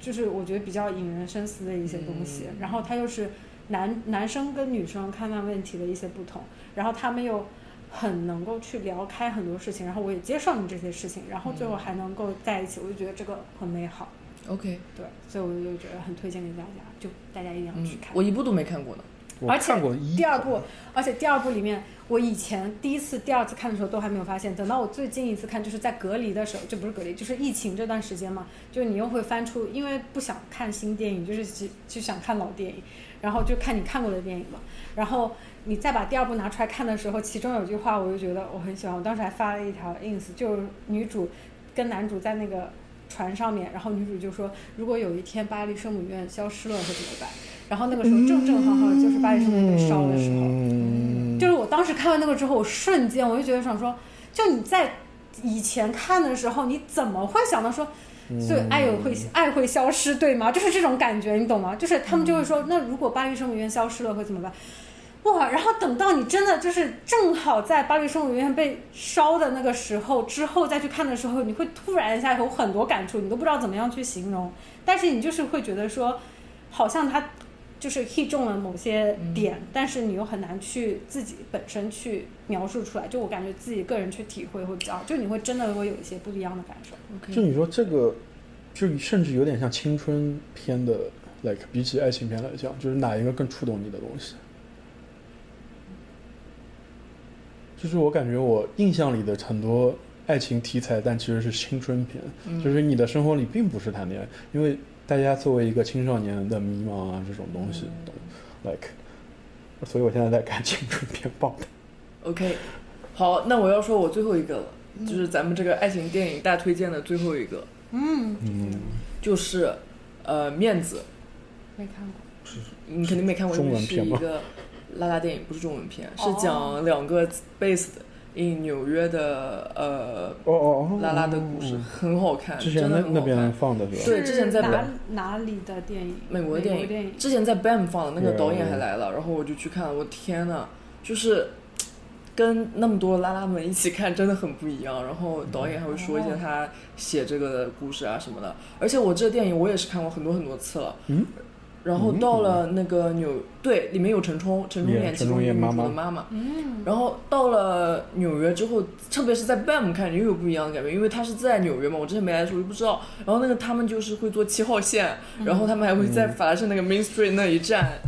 就是我觉得比较引人深思的一些东西。然后它又是男男生跟女生看待问题的一些不同，然后他们又很能够去聊开很多事情，然后我也接受你这些事情，然后最后还能够在一起，我就觉得这个很美好。 OK，对，所以我就觉得很推荐给大家，就大家一定要嗯去看。我一部都没看过呢。我而且看过一第二部，而且第二部里面，我以前第一次、第二次看的时候都还没有发现，等到我最近一次看，就是在隔离的时候，就不是隔离，就是疫情这段时间嘛，就是你又会翻出，因为不想看新电影，就是只就想看老电影，然后就看你看过的电影嘛，然后你再把第二部拿出来看的时候，其中有句话我就觉得我很喜欢，我当时还发了一条 ins，就是女主跟男主在那个船上面，然后女主就说，如果有一天巴黎圣母院消失了会怎么办？然后那个时候正正好好就是巴黎圣母院被烧的时候，嗯就是我当时看完那个之后，我瞬间我就觉得想说，就你在以前看的时候，你怎么会想到说，所以爱有会爱会消失，对吗？就是这种感觉，你懂吗？就是他们就会说，那如果巴黎圣母院消失了会怎么办？哇！然后等到你真的就是正好在巴黎圣母院被烧的那个时候之后再去看的时候，你会突然一下有很多感触，你都不知道怎么样去形容，但是你就是会觉得说，好像他就是 hit 中了某些点，但是你又很难去自己本身去描述出来。就我感觉自己个人去体会会比较好，就你会真的会有一些不一样的感受。就 OK，你说这个，就甚至有点像青春片的，like 比起爱情片来讲，就是哪一个更触动你的东西？就是我感觉我印象里的很多爱情题材，但其实是青春片，嗯就是你的生活里并不是谈恋爱，因为大家作为一个青少年的迷茫啊这种东西，懂，like 所以我现在在看青春片报道。 OK，好，那我要说我最后一个了，就是咱们这个爱情电影大推荐的最后一个，嗯，嗯，就是呃面子，没看过。你肯定没看过，中因为文是片一吗个拉拉电影，不是中文片，是哦讲两个 based in 纽约的呃哦哦哦，拉拉的故事，很好看，之真前的那很那好看边。放的是吧？对之前在是北哪哪里的电影？美国的电电影。影，之前在 BAM 放的那个对导演还来了，然后我就去看了，我天呐，就是跟那么多拉拉们一起看真的很不一样。然后导演还会说一些哦他写这个的故事啊什么的，而且我这个电影我也是看过很多很多次了。嗯。然后到了那个纽，对，里面有陈冲，陈冲演演其陈冲中一个演女妈主的妈妈妈，嗯，然后到了纽约之后，特别是在 BAM 看又有不一样的感觉，因为他是在纽约嘛，我之前没来的时候就不知道。然后那个他们就是会坐七号线，然后他们还会在法拉盛那个 Main Street 那一站，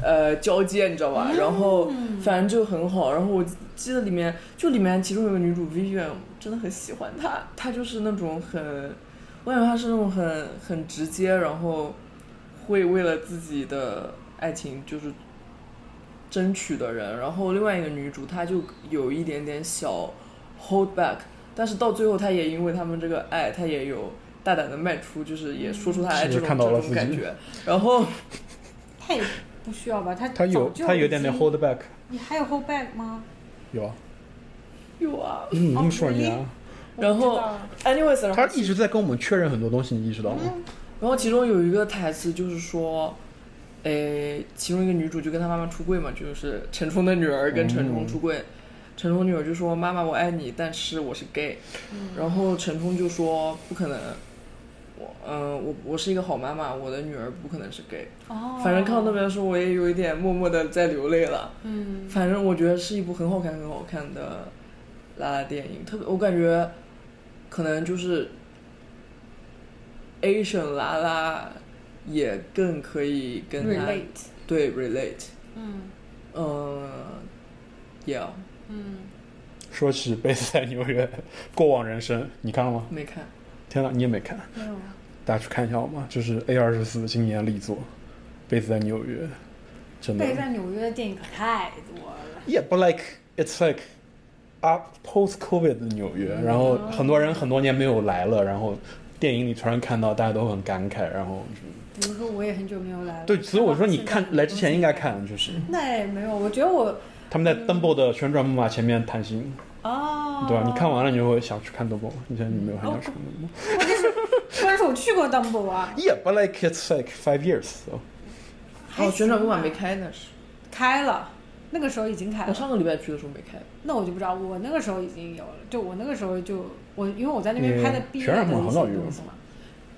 呃，交界，你知道吧？然后反正就很好。然后我记得里面就里面其中有个女主 Vivian，真的很喜欢她，她就是那种很，我感觉她是那种很很直接，然后会为了自己的爱情就是争取的人，然后另外一个女主她就有一点点小 hold back，但是到最后她也因为他们这个爱，她也有大胆的迈出，就是也说出她爱嗯是这种看到了这种感自己觉，然后 他也不需要吧？他他有早就他有已点点经 hold back，你还有 hold back 吗？有啊，有啊嗯，那哦么说你，really？啊，我然不知后道，anyways，然后他一直在跟我们确认很多东西，你意识到嗯吗？然后其中有一个台词就是说，诶，其中一个女主就跟她妈妈出柜嘛，就是陈冲的女儿跟陈冲出柜，陈冲女儿就说妈妈我爱你，但是我是 gay，、然后陈冲就说不可能，我嗯、我我是一个好妈妈，我的女儿不可能是 gay，哦，反正看到那边的时候我也有一点默默的在流泪了。嗯，反正我觉得是一部很好看、很好看的拉拉电影，特别我感觉可能就是 Asian 拉拉也更可以跟他 relate，对 relate，嗯嗯、y e a h 嗯，说起贝斯在纽约 过往人生，你看了吗？没看，天呐，你也没看，没嗯有，大家去看一下好吗？这是 A 二十四今年力作，贝斯在纽约，真的贝在纽约的电影可太多了， ，Yeah, but like it's like a post-COVID 的纽约，然后嗯很多人很多年没有来了，然后电影里突然看到，大家都很感慨，然后就比如说我也很久没有来了。对，所以我说你看现在来之前应该看，就是那也没有，我觉得我他们在 Dumbo 的旋转木马前面谈心，哦，对吧？啊你看完了你就会想去看 Dumbo，你现在你没有很想去看 Dumbo。但是我去过 Dumbo 啊， Yeah, but like it's like five years. So. 还哦，旋转木马行没吧开呢，是开了，那个时候已经开我了。上个礼拜去的时候没开，那我就不知道，我那个时候已经有了，就我那个时候就我因为我在那你边拍的毕业旋的转木马一很些早就有东西嘛，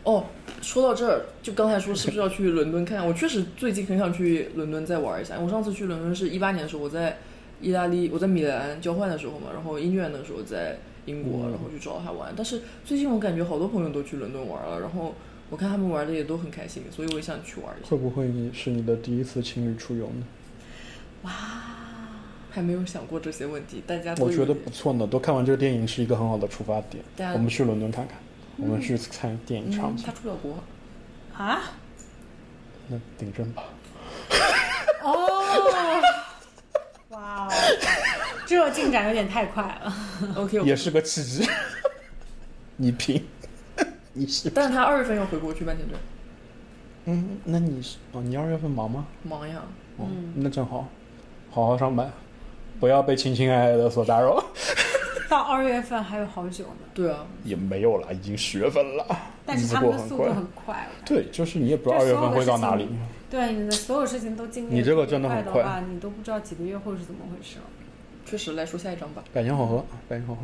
哦，说到这儿，就刚才说是不是要去伦敦看？我确实最近很想去伦敦再玩一下。我上次去伦敦是一八年的时候，我在意大利，我在米兰交换的时候嘛，然后音乐的时候在英国，嗯然后去找他玩。但是最近我感觉好多朋友都去伦敦玩了，然后我看他们玩的也都很开心，所以我也想去玩一下。会不会你是你的第一次情侣出游呢？ 还没有想过这些问题，大家都我觉有得点不错呢，都看完这个电影是一个很好的出发点对啊。我们去伦敦看看，我们去看电影场嗯，景他，出不了国，啊，那顶真吧。哦， 哇哦，这进展有点太快了。 OK，我也是个契机。 你评， 你是但是他二月份要回国去办签证，嗯，那你是哦，你二月份忙吗？忙呀。哦，那正好，好好上班，不要被情情爱爱的所打扰。到二月份还有好久呢，对啊，也没有了，已经十月份了，但是日子他过们的速度快。很快。我看对，就是你也不知道就二是月份会到哪里所有的事。情对，你的所有事情都经历，你这个真的快很的快话，你都不知道几个月后是怎么回事了。确实来说下一张吧。百年好合，百年好合。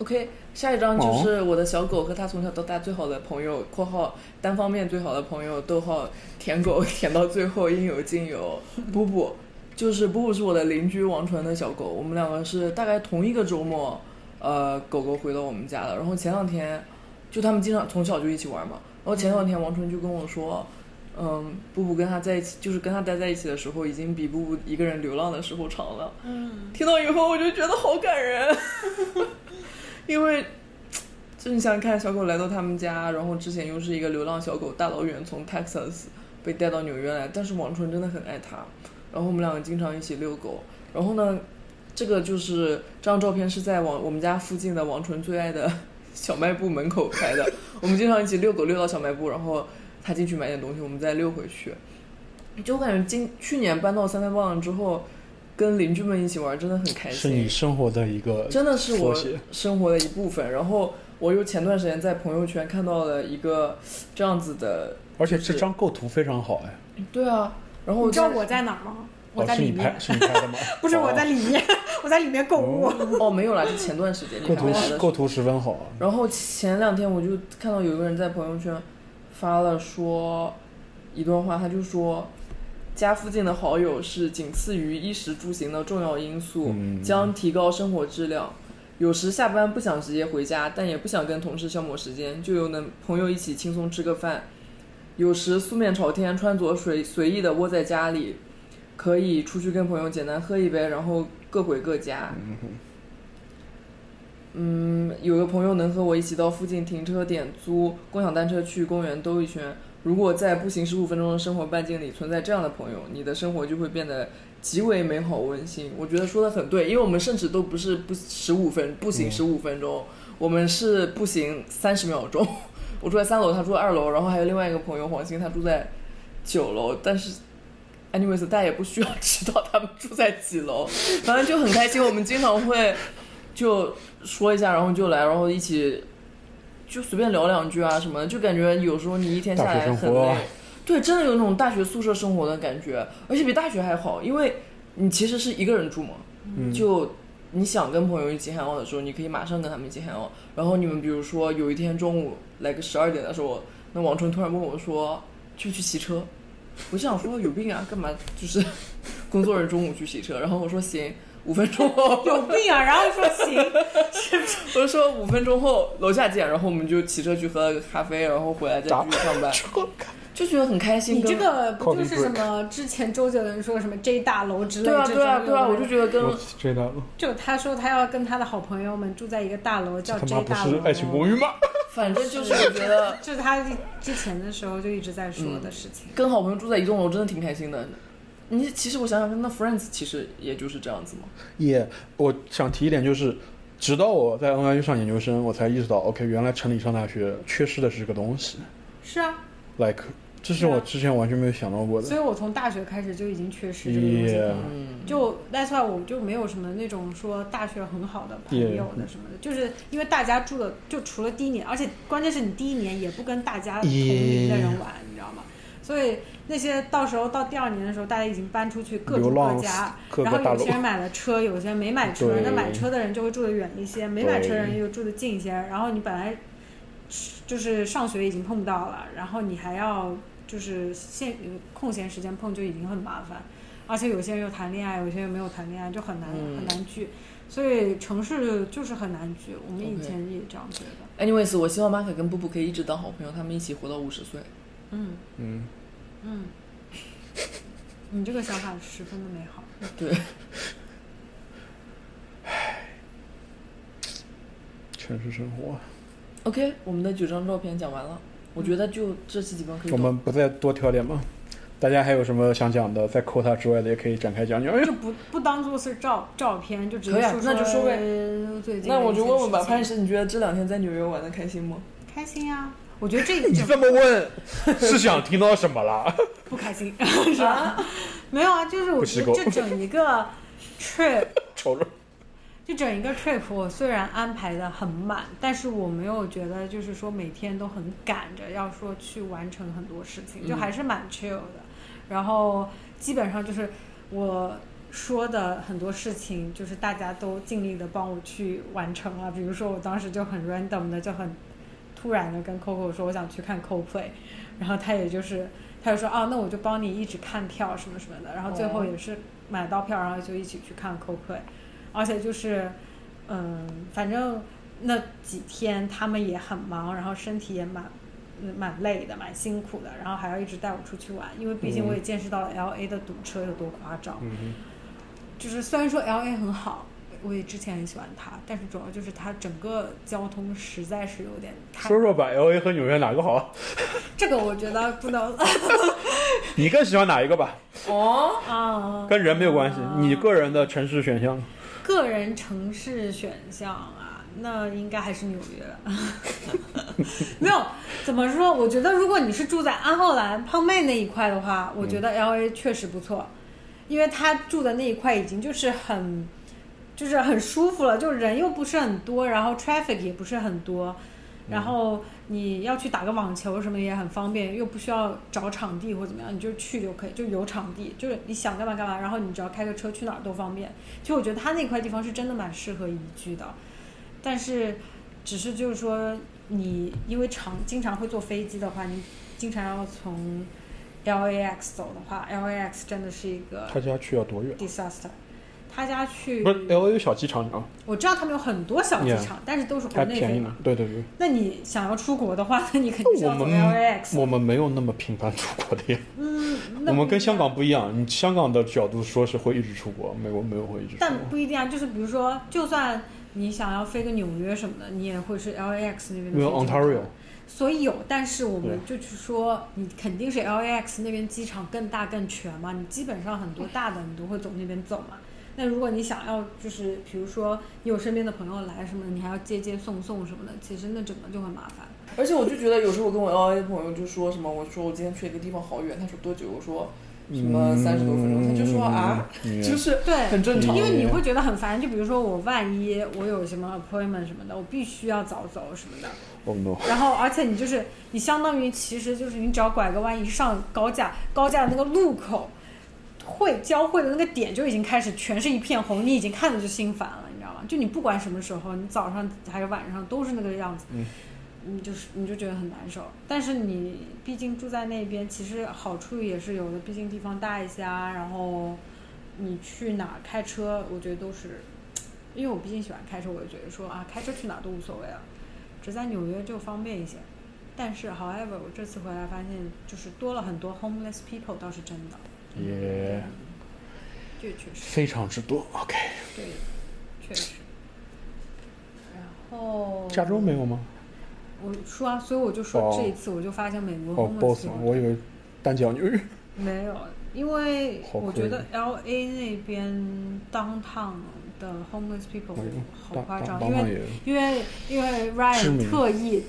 OK，下一张就是我的小狗和它从小到大最好的朋友（括号单方面最好的朋友）逗号舔狗舔到最后应有尽有。布布就是布布是我的邻居王纯的小狗，我们两个是大概同一个周末，呃，狗狗回到我们家了。然后前两天就他们经常从小就一起玩嘛，然后前两天王纯就跟我说。嗯，布布跟他在一起，就是跟他待在一起的时候，已经比布布一个人流浪的时候长了。嗯，听到以后我就觉得好感人，因为就你想想看，小狗来到他们家，然后之前又是一个流浪小狗，大老远从 Texas 被带到纽约来，但是王纯真的很爱它，然后我们两个经常一起遛狗。然后呢，这个就是这张照片是在王我们家附近的王纯最爱的 小卖部门口拍的。我们经常一起遛狗，遛到小卖部，然后他进去买点东西，我们再遛回去。就我感觉今去年搬到三番棒之后，跟邻居们一起玩真的很开是心。你生活的一个真的是我妥协生活的一部分。然后我又前段时间在朋友圈看到了一个这样子的，而且这张构图非常好哎，对啊，然后你我知道就我在哪儿吗？我哦，在是你里面？拍，是你拍的吗 不是我在哦里面， 我在里面购物。哦没有啦，就前段时间你构看我图的构图十分好啊， 然后前两天我就看到有一个人在朋友圈发了说一段话，他就说。家附近的好友是仅次于衣食住行的重要因素，嗯将提高生活质量。有时下班不想直接回家，但也不想跟同事消磨时间，就有能朋友一起轻松吃个饭。有时素面朝天，穿着随随意的窝在家里，可以出去跟朋友简单喝一杯，然后各回各家。嗯，有个朋友能和我一起到附近停车点租共享单车去公园兜一圈。如果在步行十五分钟的生活半径里存在这样的朋友，你的生活就会变得极为美好温馨。我觉得说的很对，因为我们甚至都不是不十五分步行十五分钟，我们是步行三十秒钟。我住在三楼，他住在二楼，然后还有另外一个朋友黄鑫，他住在九楼，但是 anyways，大家也不需要知道他们住在几楼，反正就很开心。我们经常会就说一下，然后就来，然后一起就随便聊两句啊什么的，就感觉有时候你一天下大学来生很活累啊，对，真的有那种大学宿舍生活的感觉，而且比大学还好，因为你其实是一个人住嘛，嗯就你想跟朋友一起 hang out 的时候，你可以马上跟他们一起 hang out。然后你们比如说有一天中午来个十二点的时候，那王春突然问我说去不去骑车，我就想说有病啊，干嘛就是工作日中午去骑车？然后我说行，五分钟 后有病啊！然后说行，我就说五分钟后楼下见，然后我们就骑车去喝了个咖啡，然后回来再继续上班，就觉得很开心。你这跟个不 Copy 就是什么之前周杰伦说什么 J 大楼之类对的啊这种对啊对啊，我有没就有觉得跟我知道了，就他说他要跟他的好朋友们住在一个大楼，叫他 J 妈不大楼是。爱情公寓吗？反正就是我觉得。 就是他之前的时候就一直在说的事情。跟好朋友住在一栋楼真的挺开心的。你其实我想想，那 Friends 其实也就是这样子嘛。 也、我想提一点就是，直到我在 NYU 上研究生，我才意识到，OK，原来城里上大学缺失的是个东西是啊， ，like，这是我之前完全没有想到过的所。以我从大学开始就已经缺失这个东西了。 Yeah 嗯，就 that's why 我就没有什么那种说大学很好的朋友的什么的就是因为大家住的就除了第一年，而且关键是你第一年也不跟大家同龄的人玩你知道吗？所以那些到时候到第二年的时候，大家已经搬出去各流住浪各家，各个然后大有楼些人买了车，有些人没买车，对那买车的人就会住得远一些，没买车的人对又住得近一些。然后你本来就是上学已经碰不到了，然后你还要就是现空闲时间碰就已经很麻烦，而且有些人又谈恋爱，有些人没有谈恋爱，就很难、嗯很难聚。所以城市就是很难聚，我们以 OK 前也这样觉得。 anyways，我希望马可跟布布可以一直当好朋友，他们一起活到五十岁。嗯嗯，嗯， 你这个想法十分的美好。对，城市生活， OK，我们的九张照片讲完了，我觉得就这期节目可以我们不再多挑点吗？大家还有什么想讲的，在扣他之外的也可以展开讲讲。哎呀就不不当做是照照片，就直可接以啊说那就说说最近那我就问问吧，潘潘石，你觉得这两天在纽约玩的开心吗？开 心啊！我觉得这一你整这么问， 是想听到什么啦？ 不开心 是吧？没有啊，就是我不觉吃得够这整一个 trip，瞅着，就整一个 trip，我虽然安排的很满，但是我没有觉得就是说每天都很赶着要说去完成很多事情，嗯就还是蛮 chill 的。然后基本上就是我说的很多事情，就是大家都尽力的帮我去完成啊了。比如说我当时就很 random 的，就很突然的跟 Coco 说我想去看 Coldplay，然后他也就是他就说啊，那我就帮你一直看票什么什么的，然后最后哦也是买到票，然后就一起去看 Coldplay，而且就是嗯，反正那几天他们也很忙，然后身体也蛮。嗯蛮累的，蛮辛苦的，然后还要一直带我出去玩，因为毕竟我也见识到了 L A 的堵车有多夸张。嗯，就是虽然说 L A 很好，我也之前很喜欢它，但是主要就是它整个交通实在是有点太……说说吧，L A 和纽约哪个好？这个我觉得不能 你更喜欢哪一个吧？哦，啊，跟人没有关系，你个个人的城市选项。个人城市选项啊，那应该还是纽约了。 没有，怎么说？我觉得如果你是住在安浩兰胖妹那一块的话，我觉得 L A 确实不错，因为他住的那一块已经就是很，就是很舒服了，就人又不是很多，然后 traffic 也不是很多，然后你要去打个网球什么也很方便，又不需要找场地或怎么样，你就去就可以，就有场地，就是你想干嘛干嘛，然后你只要开个车去哪儿都方便。其实我觉得他那块地方是真的蛮适合宜居的，但是只是就是说你因为常经常会坐飞机的话，你经常要从 LAX 走的话，LAX 真的是一个他家去要多远？ disaster。他家去不，是 L A 有小机场啊，我知道他们有很多小机场，但是都是国还内飞便宜呢嘛。。对对对，那你想要出国的话，那你肯定是我要走们 LAX。我们没有那么频繁出国的呀，嗯，那我们不一跟香样港不一样。你香港的角度说是会一直出国，美国没有会一直出但国。不一定啊，就是比如说，就算你想要飞个纽约什么的，你也会是 LAX 那边因的为飞机 Ontario 所以有，但是我们就是说，你肯定是 LAX 那边机场更大更全嘛，你基本上很多大的你都会从那边走嘛。那如果你想要就是比如说你有身边的朋友来什么的，你还要接接送送什么的，其实那整个就很麻烦。而且我就觉得有时候我跟我 L A 的朋友就说什么，我说我今天去了一个地方好远，他说多久？我说什么三十多分钟，他就说啊，嗯，就是对很正常因。为你嗯会觉得很烦，就比如说我万一我有什么 appointment 什么的，我必须要早走什么的，我们然后，而且你就是你，相当于其实就是你只要拐个弯，一上高架，高架的那个路口会交汇的那个点就已经开始全是一片红，你已经看着就心烦了，你知道吗？就你不管什么时候，你早上还是晚上都是那个样子，嗯你就是你就觉得很难受。但是你毕竟住在那边，其实好处也是有的，毕竟地方大一些啊。然后你去哪儿开车，我觉得都是，因为我毕竟喜欢开车，我就觉得说啊，开车去哪儿都无所谓了。只在纽约就方便一些。但是，however，我这次回来发现，就是多了很多 homeless people，倒是真的，也这确实，非常之多。OK，对，确实。然后，加州没有吗？我说啊，所以我就说哦这一次我就发现美国哦 homeless ，Boss， people 我以为单脚纽约。没有，因为好我亏觉得 L A 那边 downtown 的 homeless people 哎呦好当夸当张，当因为然也因为因为知 Ryan 名特意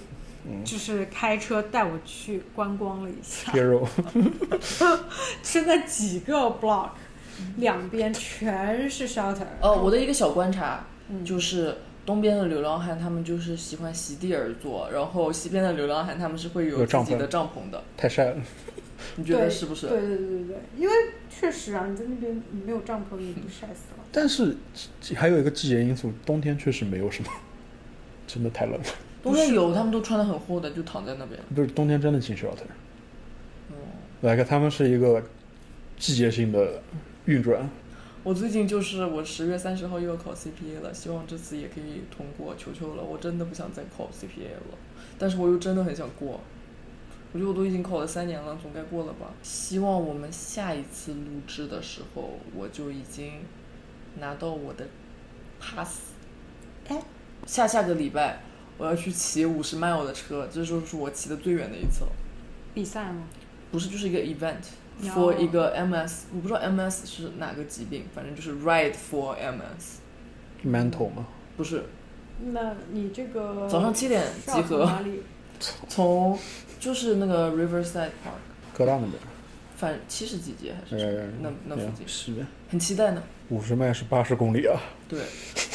嗯就是开车带我去观光了一下， hero 是那几个 block，两边全是 shelter。呃，我的一个小观察嗯就是。东边的流浪汉，他们就是喜欢席地而坐，然后西边的流浪汉，他们是会有有自帐己篷的帐篷的。 太晒了。你觉得是不是？对对对对对，因为确实啊，你在那边你没有帐篷，你不晒死了。但是还有一个季节因素，冬天确实没有什么， 真的太冷了。冬天有，他们都穿的很厚的，就躺在那边。不是冬天真的进 shelter，嗯，来，他们是一个季节性的运转。我最近就是我十月三十号又要考 CPA 了，希望这次也可以通过，求求了！我真的不想再考 CPA 了，但是我又真的很想过。我觉得我都已经考了三年了，总该过了吧？希望我们下一次录制的时候，我就已经拿到我的 pass。哎，下下个礼拜我要去骑五十 mile 的车，这就是我骑的最远的一次了。比赛吗？不是，就是一个 event 哦 for 一个 MS，我不知道 MS 是哪个疾病，反正就是 ride for MS， mental 嘛，不是那你这个早上七点是要集合从哪里？从就是那个 Riverside Park，哥大那边，反七十几街还是什么呃，嗯那那附近，是很期待呢。五十迈是八十公里啊，对，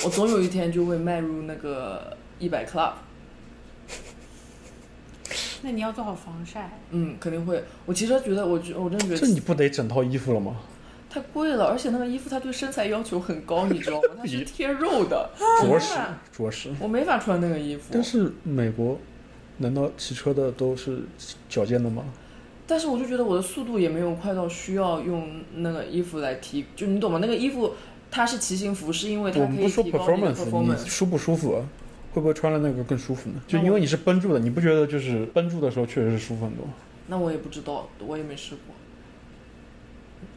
我总有一天就会迈入那个一百 club，那你要做好防晒。嗯，肯定会。我其实觉得，我觉我真的觉这你得不得整套衣服了吗？太贵了，而且那个衣服它对身材要求很高，你知道吗？它是 你贴肉的，着实着实。我没法穿那个衣服。但是美国，难道骑车的都是矫健的吗？但是我就觉得我的速度也没有快到需要用那个衣服来提，就你懂吗？那个衣服它是骑行服，是因为它我可们以不说提高那个 performance，你 performance。舒不舒服啊？会不会穿了那个更舒服呢？就那我因为你是绷住的，你不觉得就是绷住的时候确实是舒服很多？那我也不知道，我也没试过，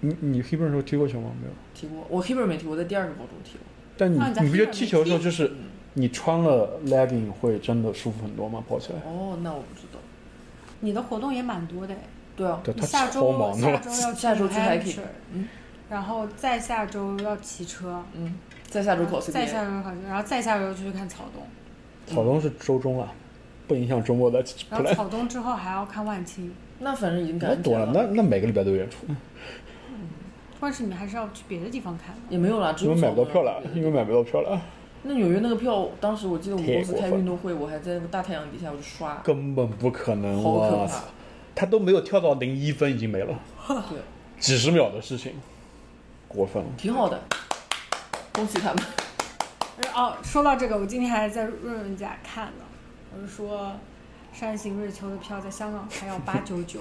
你你 Hebrew 的时候踢过球吗？没有。提过我嗯 Heber 没提，我在第二个高中提过。但你啊你在你不觉得黑人踢没球的时候踢就是你穿了 legging 会真的舒服很多吗？跑起来？哦，那我不知道。你的活动也蛮多的哎，对啊，对，你他下超周忙下的，周要下周去 New hiking Hampshire，嗯然后再下周要骑车，嗯，在下周考 CBA，再下周考试，然后再下周就去看草东， 草东是周中了，不影响周末的然后 play。草东之后还要看万青，那反正已经那赶起多来了，那那每个礼拜都有演出，但是你还是要去别的地方看的。也没有啦，只因有为买不到草票莓了，因为买不到票了，那纽约那个票，当时我记得我们公司太过开分运动会，我还在那个大太阳底下我就刷，根本不可能啊好可哇塞！怕。他都没有跳到零一分，已经没了，对，几十秒的事情，过分了。挺好的，恭喜他们。哦，说到这个，我今天还在润润家看呢，我就说山行瑞秋的票在香港还要八九九，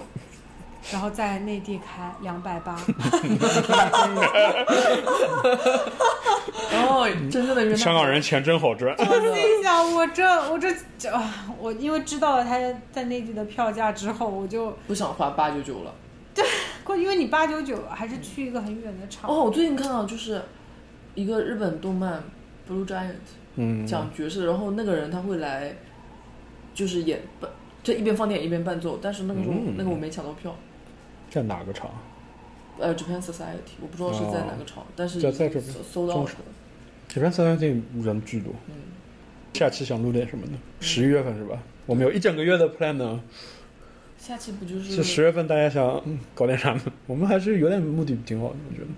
然后在内地开两百八，哦，真正的冤大香港人钱真好赚，我心想，我这我这这，啊我因为知道了他在内地的票价之后，我就不想花八九九了。过，因为你八九九还是去一个很远的场，哦，我最近看到就是一个日本动漫《Blue Giant》嗯，讲爵士，然后那个人他会来，就是演伴，就一边放电影一边伴奏，但是那个时候、嗯那个我没抢到票。在哪个场？呃，Japan Society，我不知道是在哪个场，但是哦在在这边搜搜到中了场。这边三三店人巨多。嗯下期想录点什么呢？十一月份是吧？我们有一整个月的 plan 呢。下期不就是是十月份大家想嗯搞点啥呢？我们还是有点目的挺好的，我觉得。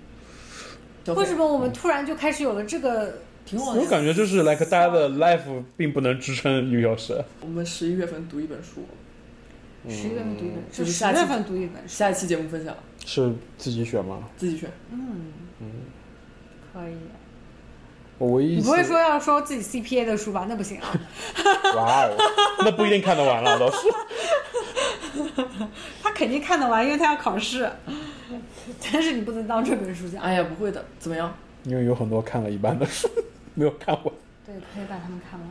小为伙什么我们突然就开始有了这个？挺好我的？感觉就是 like 大家的 life 并不能支撑一个小时。我们十一月份读一本书，十一月份读一本，就就是十下期嗯月份读一本，下一期节目分享是自己选吗？自己选。嗯可以。我唯一你一次不会说要说自己 CPA 的书吧？那不行啊，哇哦， 那不一定看得完了，倒是。他肯定看得完，因为他要考试。 但是你不能当这本书讲，哎呀，不会的，怎么样？因为有很多看了一半的书 没有看完。对，可以把他们看完。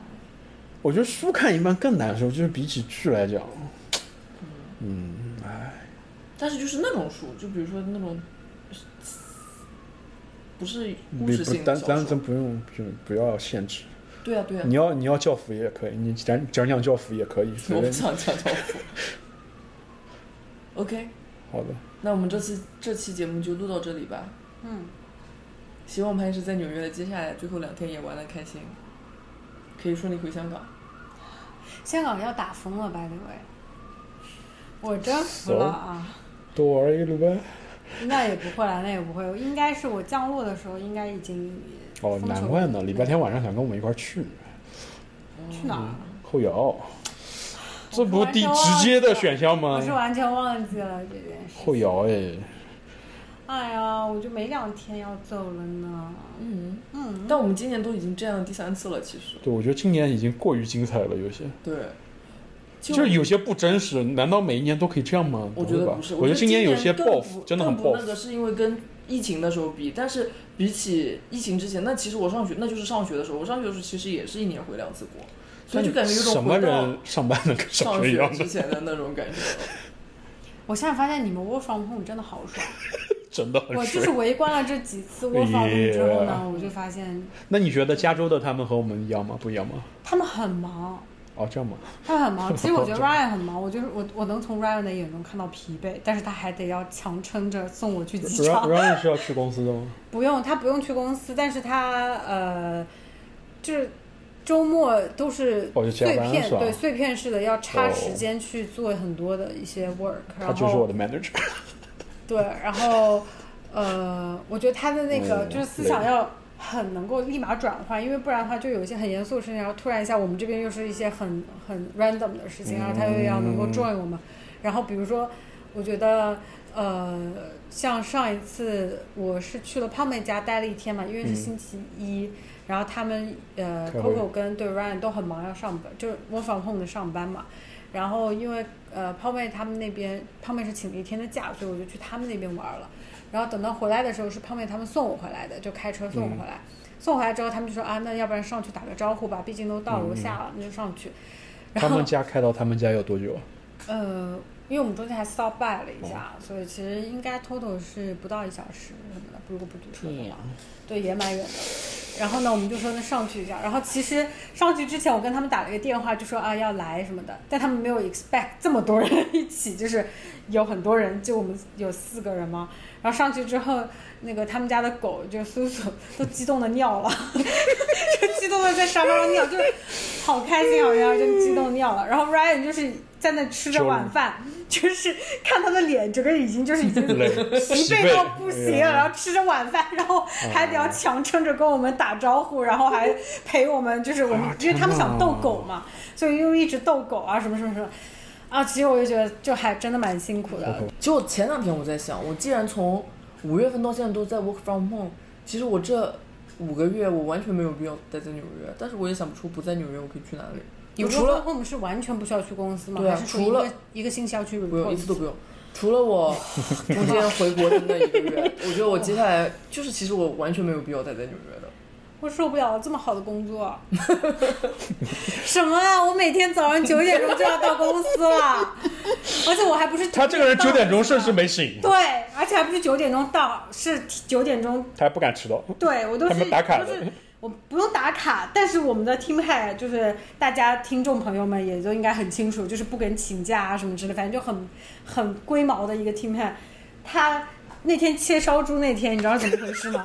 我觉得书看一半更难受，就是比起剧来讲，嗯，但是就是那种书，就比如说那种，不是故你事不性的咱小咱说咱不用就不要限制，对啊对啊你，要你要教辅也可以，你讲讲讲教辅也可以，随 我不便。想讲教父。OK，好的，那我们这次这期节目就录到这里吧。嗯，希望潘石在纽约的接下来最后两天也玩的开心，可以顺利回香港。香港要打风了，by the way，我真服了啊！多玩一路呗。那也不会啦，那也不会，应该是我降落的时候，应该已经哦，封锁难怪呢，了礼拜天晚上想跟我们一块儿去去哪儿？后摇，啊这不我是第完全忘直了接的选项我吗？是完全忘记了这件事。后摇哎，哎呀，我就没两天要走了呢。嗯，嗯，但我们今年都已经这样第三次了，其实对，我觉得今年已经过于精彩了，有些对，就是有些不真实，难道每一年都可以这样吗？我不觉会得吧不是，我觉得今年有些更报不复，真的很更不报那复。个是因为跟疫情的时候比，但是比起疫情之前，那其实我上学那就是上学的时候，我上学的时候其实也是一年回两次国，所以就感觉有什种么回到人上班能跟上上学一学样的之，前的那种 感觉了。我现在发现你们 work from home 真的好爽。真的很我就水是。围观了这几次 work from home 之后呢，我就发现那你觉得加州的他们和我们一样吗？不一样吗？他们很忙，哦，这样吗？他们 很忙。其实我觉得 Ryan 很忙，我就是我我能从 Ryan 的眼中看到疲惫，但是他还得要强撑着送我去机场 Ryan。Ryan 是要去公司的吗？不用，他不用去公司，但是他呃，就是周末都是哦就加碎班片，是吧对碎片式的，要插哦时间去做很多的一些 work，、然他后就是我的 manager。对，然后呃，我觉得他的那个嗯就是思想要很能够立马转换，因为不然的话就有一些很严肃的事情，然后突然一下我们这边又是一些很很 random 的事情，然后他又要能够嗯 join 我们。然后比如说，我觉得呃，像上一次我是去了胖妹家待了一天嘛，因为是嗯星期一。然后他们呃开会，Coco 跟对 Ryan 都很忙，要上班，就是 work from home 的上班嘛。然后因为呃胖妹他们那边，胖妹是请了一天的假，所以我就去他们那边玩了。然后等到回来的时候，是胖妹他们送我回来的，就开车送我回来。嗯送我回来之后，他们就说啊，那要不然上去打个招呼吧，毕竟都到楼下了，那就上去。嗯他然后 们家开到他们家有多久啊？呃，因为我们中间还 stop by 了一哦下，所以其实应该 total 是不到一小时什么的，如果不堵车的话，对，也蛮远的。然后呢，我们就说那上去一下。然后其实上去之前，我跟他们打了一个电话，就说啊要来什么的，但他们没有 expect 这么多人 一起，就是有很多人，就我们有四个人嘛。然后上去之后，那个他们家的狗就苏苏都激动的尿了， 就激动的在沙发上尿，就是好开心，好像就激动尿了。然后 Ryan 就是在那吃着晚饭，就是看他的脸，整个已经就是已经累，疲惫到不哎行，啊然后吃着晚饭，然啊后还得要强撑着跟我们打招呼，然后还陪我们，就是我们啊，因为他们天哪想逗狗嘛，所以又一直逗狗啊，什么什么什么，啊，其实我就觉得就还真的蛮辛苦的 OK 就前两天我在想，我既然从五月份到现在都在 work from home，其实我这五个月我完全没有必要待在纽约，但是我也想不出不在纽约我可以去哪里。有我除除了了我们是完全不需要去公司吗？对啊还是属于除了一个一个新校区不用 report 一次都不用，除了我中间回国的那一个月，我觉得我接下来就是其实我完全没有必要待在纽约的。我受不了了这么好的工作。 什么啊！我每天早上九点钟就要到公司了，而且我还不是他这个人九点钟甚甚至至没醒，对，而且还不是九点钟到，是九点钟他还不敢迟到。对我都他是们打卡都的是我不用打卡，但是我们的 team head 就是大家听众朋友们也都应该很清楚，就是不跟请假啊什么之类，反正就很很龟毛的一个 team head。他那天切烧猪那天，你知道怎么 回事吗？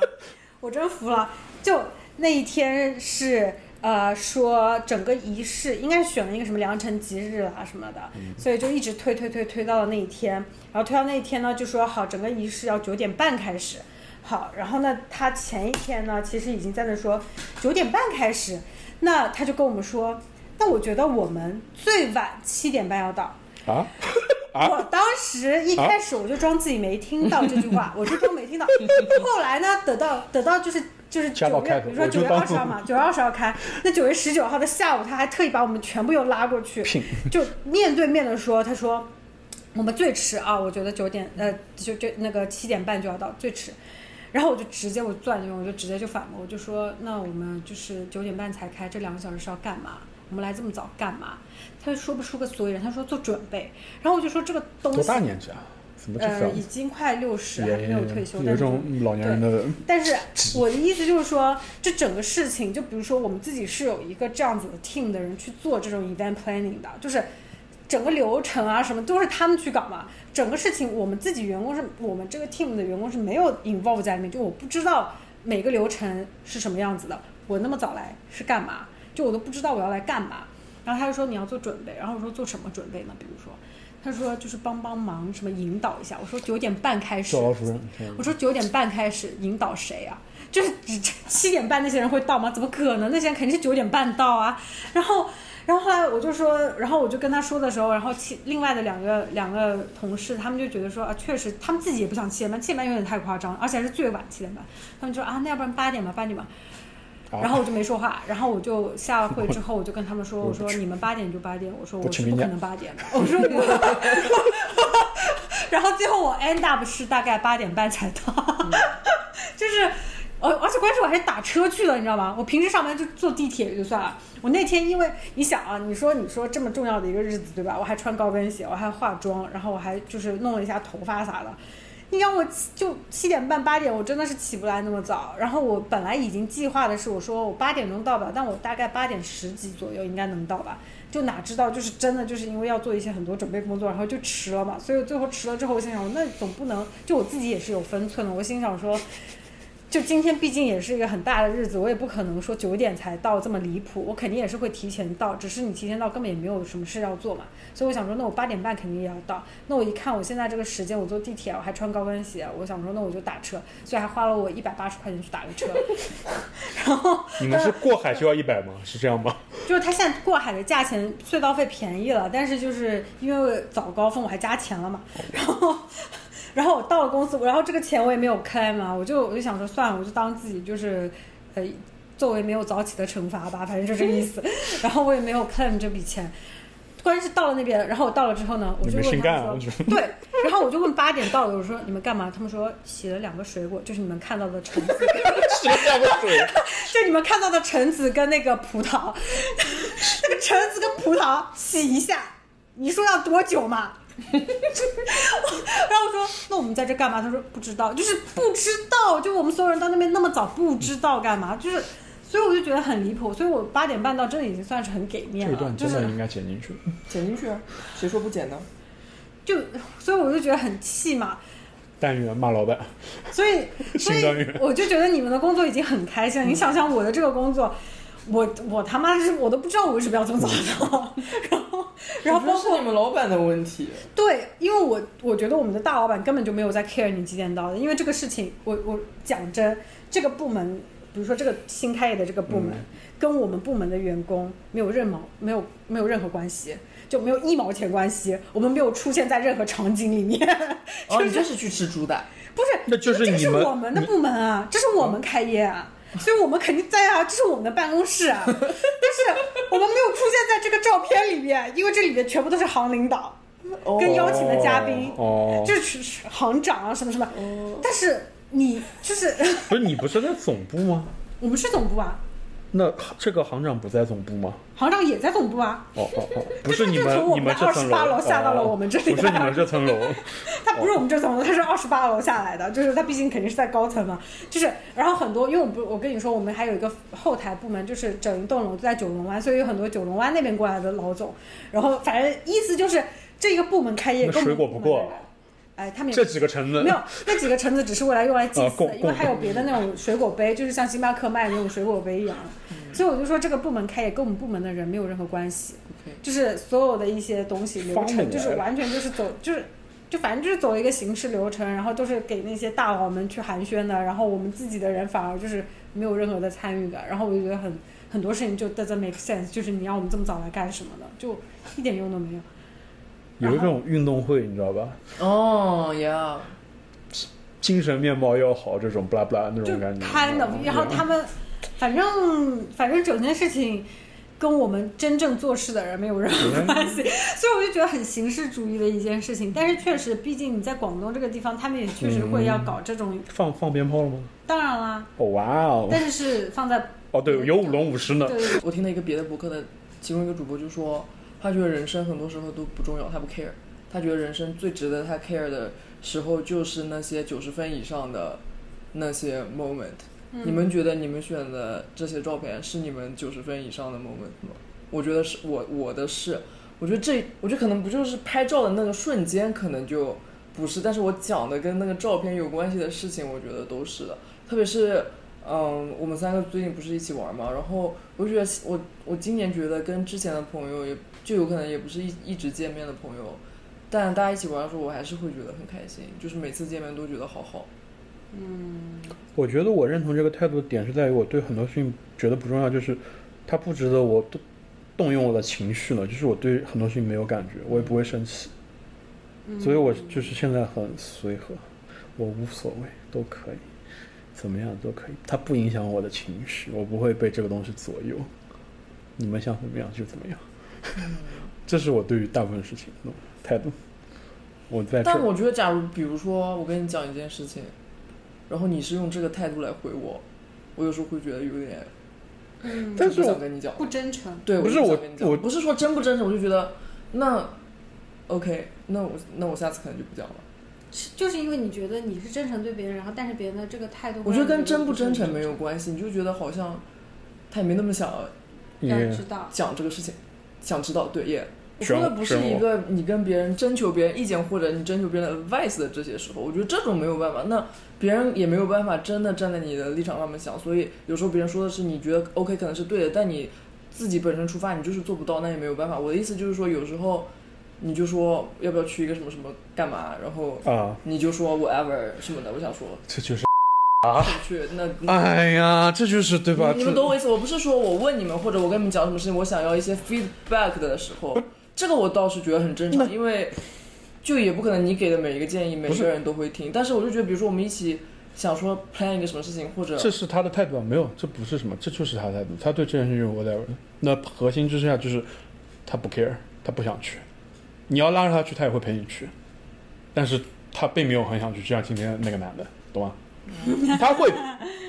我真服了，就那一天是。呃，说整个仪式应该是选了一个什么良辰吉日啊什么的，嗯所以就一直推推推推到了那一天，然后推到那一天呢，就说好整个仪式要九点半开始，好，然后呢，他前一天呢，其实已经在那说九点半开始，那他就跟我们说，那我觉得我们最晚七点半要到。啊啊我当时一开始我就装自己没听到这句话，我就装没啊听到。后来呢，等到等到就是就是掐到九开月，头比如说 我就九月当二十号嘛，九月二十号开，那九月十九号的下午，他还特意把我们全部又拉过去，拼就面对面的说，他说我们最迟啊，我觉得九点呃，就就那个七点半就要到最迟。然后我就直接我钻进去，我就直接就反驳，我就说那我们就是九点半才开，这两个小时是要干嘛？我们来这么早干嘛？他就说不出个所以然，他说做准备。然后我就说这个东西多大年纪啊？怎么这呃，已样？经快六十，还也没有退休，有但一是种老年人的但是我的意思就是说，这整个事情，就比如说我们自己是有一个这样子的 team 的人去做这种 event planning 的，就是整个流程啊什么都是他们去搞嘛。整个事情我们自己员工是我们这个 team 的员工是没有 involve 在里面，就我不知道每个流程是什么样子的，我那么早来是干嘛？就我都不知道我要来干嘛。然后他就说你要做准备，然后我说做什么准备呢？比如说，他说就是帮帮忙，什么引导一下。我说九点半开始，做老鼠人。我说九点半开始引导谁啊？就是只七点半那些人会到吗？怎么可能？那些人肯定是九点半到啊。然后，然后后来我就说，然后我就跟他说的时候，然后其另外的两个两个同事，他们就觉得说啊，确实他们自己也不想七点半，七点半有点太夸张，而且还是最晚七点半。他们就说啊，那要不然八点吧，八点吧。啊然后我就没说话，然后我就下了会之后，我就跟他们说，我说你们八点就八点，我说不我吃是不米可酿能八点的，我说我，然后最后我 end up 是大概八点半才到， 就是，呃，而且关键是我还是打车去的，你知道吗？我平时上班就坐地铁也就算了，我那天因为你想啊，你说你说这么重要的一个日子对吧？我还穿高跟鞋，我还化妆，然后我还就是弄了一下头发啥的。你让我起就七点半八点，我真的是起不来那么早。然后我本来已经计划的是，我说我八点钟到吧，但我大概八点十几左右应该能到吧。就哪知道，就是真的就是因为要做一些很多准备工作，然后就迟了嘛。所以我最后迟了之后，我心想，那总不能就我自己也是有分寸的。我心想说，就今天毕竟也是一个很大的日子，我也不可能说九点才到这么离谱，我肯定也是会提前到，只是你提前到根本也没有什么事要做嘛，所以我想说，那我八点半肯定也要到，那我一看我现在这个时间，我坐地铁，我还穿高跟鞋，我想说那我就打车，所以还花了我一百八十块钱去打个车， 然后你们是过海就要一百吗？是这样吗？就是它现在过海的价钱隧道费便宜了，但是就是因为早高峰我还加钱了嘛， 然后然后我到了公司，然后这个钱我也没有开嘛，我就我就想说算了，我就当自己就是呃作为没有早起的惩罚吧，反正就这个 意思。然后我也没有 claim 这笔钱。关键是到了那边，然后我到了之后呢，我你就没问事他干们啊？说，就是 对，然后我就问八点到的，我说你们干嘛？他们说洗了两个水果，就是你们看到的橙子，吃两个水，就你们看到的橙子跟那个葡萄，那个橙子跟葡萄洗一下，你说要多久嘛？ 然后我说那我们在这干嘛？他说不知道，就是不知道，就我们所有人到那边那么早，不知道干嘛，就是，所以我就觉得很离谱。所以我八点半到这里已经算是很给面这一了段，就真的是应该剪进去。剪进去啊，谁说不剪呢？就，所以我就觉得很气嘛。但愿骂老板，所以，所心甘以愿我就觉得你们的工作已经很开心了。你想想我的这个工作，我我他妈是我都不知道我为什么要这么早到，然后然后包我觉得括是你们老板的问 题，对，因为我我觉得我们的大老板根本就没有在 care 你几点到的，因为这个事情，我我讲真，这个部门，比如说这个新开业的这个部门，嗯跟我们部门的员工没有任毛没有没有任何关系，就没有一毛钱关系，我们没有出现在任何场景里面，哦，就你是、就是去吃猪的，不是，那就是这你是们我们的部门啊，这是我们开业啊。所以我们肯定在啊，这是我们的办公 室啊，但是我们没有出现在这个照片里面，因为这里面全部都是行领导，哦跟邀请的嘉宾，哦，就是行长啊什么什么。但是你就是 不是你不是在总部吗？我们是总部啊，那这个行长不在总部吗？行长也在总部啊，哦哦哦， 不这是就你就从们我你们们的这层28楼下到了哦我们这里不是你们这层楼。 他不是我们这总部，他是二十八楼下来的，就是他毕竟肯定是在高层嘛，就是然后很多，因为我不我跟你说，我们还有一个后台部门，就是整一栋楼都在九龙湾，所以有很多九龙湾那边过来的老总，然后反正意思就是这个部门开业那跟我水们果不部门的过人。哎，他们也这几个橙子没有，那几个橙子只是为了用来祭啊祀，供因为还有别的那种水果杯，就是像星巴克卖的那种水果杯一样。所以我就说，这个部门开业跟我们部门的人没有任何关系 OK 就是所有的一些东西流方程，便就是完全就是走，就是就反正就是走一个形式流程，然后都是给那些大佬们去寒暄的，然后我们自己的人反而就是没有任何的参与感，然后我就觉得很很多事情就 doesn't make sense，就是你让我们这么早来干什么的，就一点用都没有。有一种运动会，你知道吧？ 哦呀，精神面貌要好，这种不拉不拉那就种感觉。 kind of，嗯然后他们，反正反正整件事情跟我们真正做事的人没有任何关系， 所以我就觉得很形式主义的一件事情。但是确实，毕竟你在广东这个地方，他们也确实会嗯要搞这种，放放鞭炮了吗？当然啦，哦哇哦！但是是放在哦对，有舞龙舞狮呢。对我听了一个别的博客的其中一个主播就说，他觉得人生很多时候都不重要，他不 care，他觉得人生最值得他 care 的时候就是那些九十分以上的那些 moment。你嗯们觉得你们选的这些照片是你们九十分以上的 moment 吗？我觉得是我我的是，我觉得这我觉得可能不就是拍照的那个瞬间可能就不是，但是我讲的跟那个照片有关系的事情，我觉得都是的，特别是。嗯，我们三个最近不是一起玩嘛，然后我就觉得我我今年觉得跟之前的朋友也就有可能也不是一一直见面的朋友，但大家一起玩的时候，我还是会觉得很开心，就是每次见面都觉得好好。嗯我觉得我认同这个态度的点是在于，我对很多事情觉得不重要，就是它不值得我动动用我的情绪呢。就是我对很多事情没有感觉，嗯我也不会生气，嗯所以我就是现在很随和，我无所谓，都可以，怎么样都可以，它不影响我的情绪，我不会被这个东西左右。你们想怎么样就怎么样，嗯 这是我对于大部分事情的态度。我在这儿但我觉得，假如比如说我跟你讲一件事情，然后你是用这个态度来回我，我有时候会觉得有点嗯但是不我想跟你讲。不真诚。对，不是就我想跟你讲我不是说真不真实，我就觉得那 OK，那我那我下次可能就不讲了。是就是因为你觉得你是真诚对别人，然后但是别人的这个态度，我觉得跟真不真诚没有，关系，你就觉得好像他也没那么想要也知道，讲这个事情，想知道对耶。我选说我的不是选我一个你跟别人征求别人意见或者你征求别人 advice 的这些时候，我觉得这种没有办法，那别人也没有办法真的站在你的立场上面想，所以有时候别人说的是你觉得 OK 可能是对的，但你自己本身出发你就是做不到，那也没有办法。我的意思就是说，有时候你就说要不要去一个什么什么干嘛，然后啊，你就说 whatever 什么的，我想说这就是。去那哎呀，这就是对吧？你们啊这懂我意思？我不是说我问你们或者我跟你们讲什么事情，我想要一些 feedback 的时候，这个我倒是觉得很正常，因为就也不可能你给的每一个建议每不是个人都会听。但是我就觉得，比如说我们一起想说 plan 一个什么事情，或者这是他的态度啊，没有，这不是什么，这就是他的态度。他对这件事情 whatever。那核心之下就是他不 care，他不想去。你要拉着他去，他也会陪你去，但是他并没有很想去，就像今天那个男的，懂吗？他会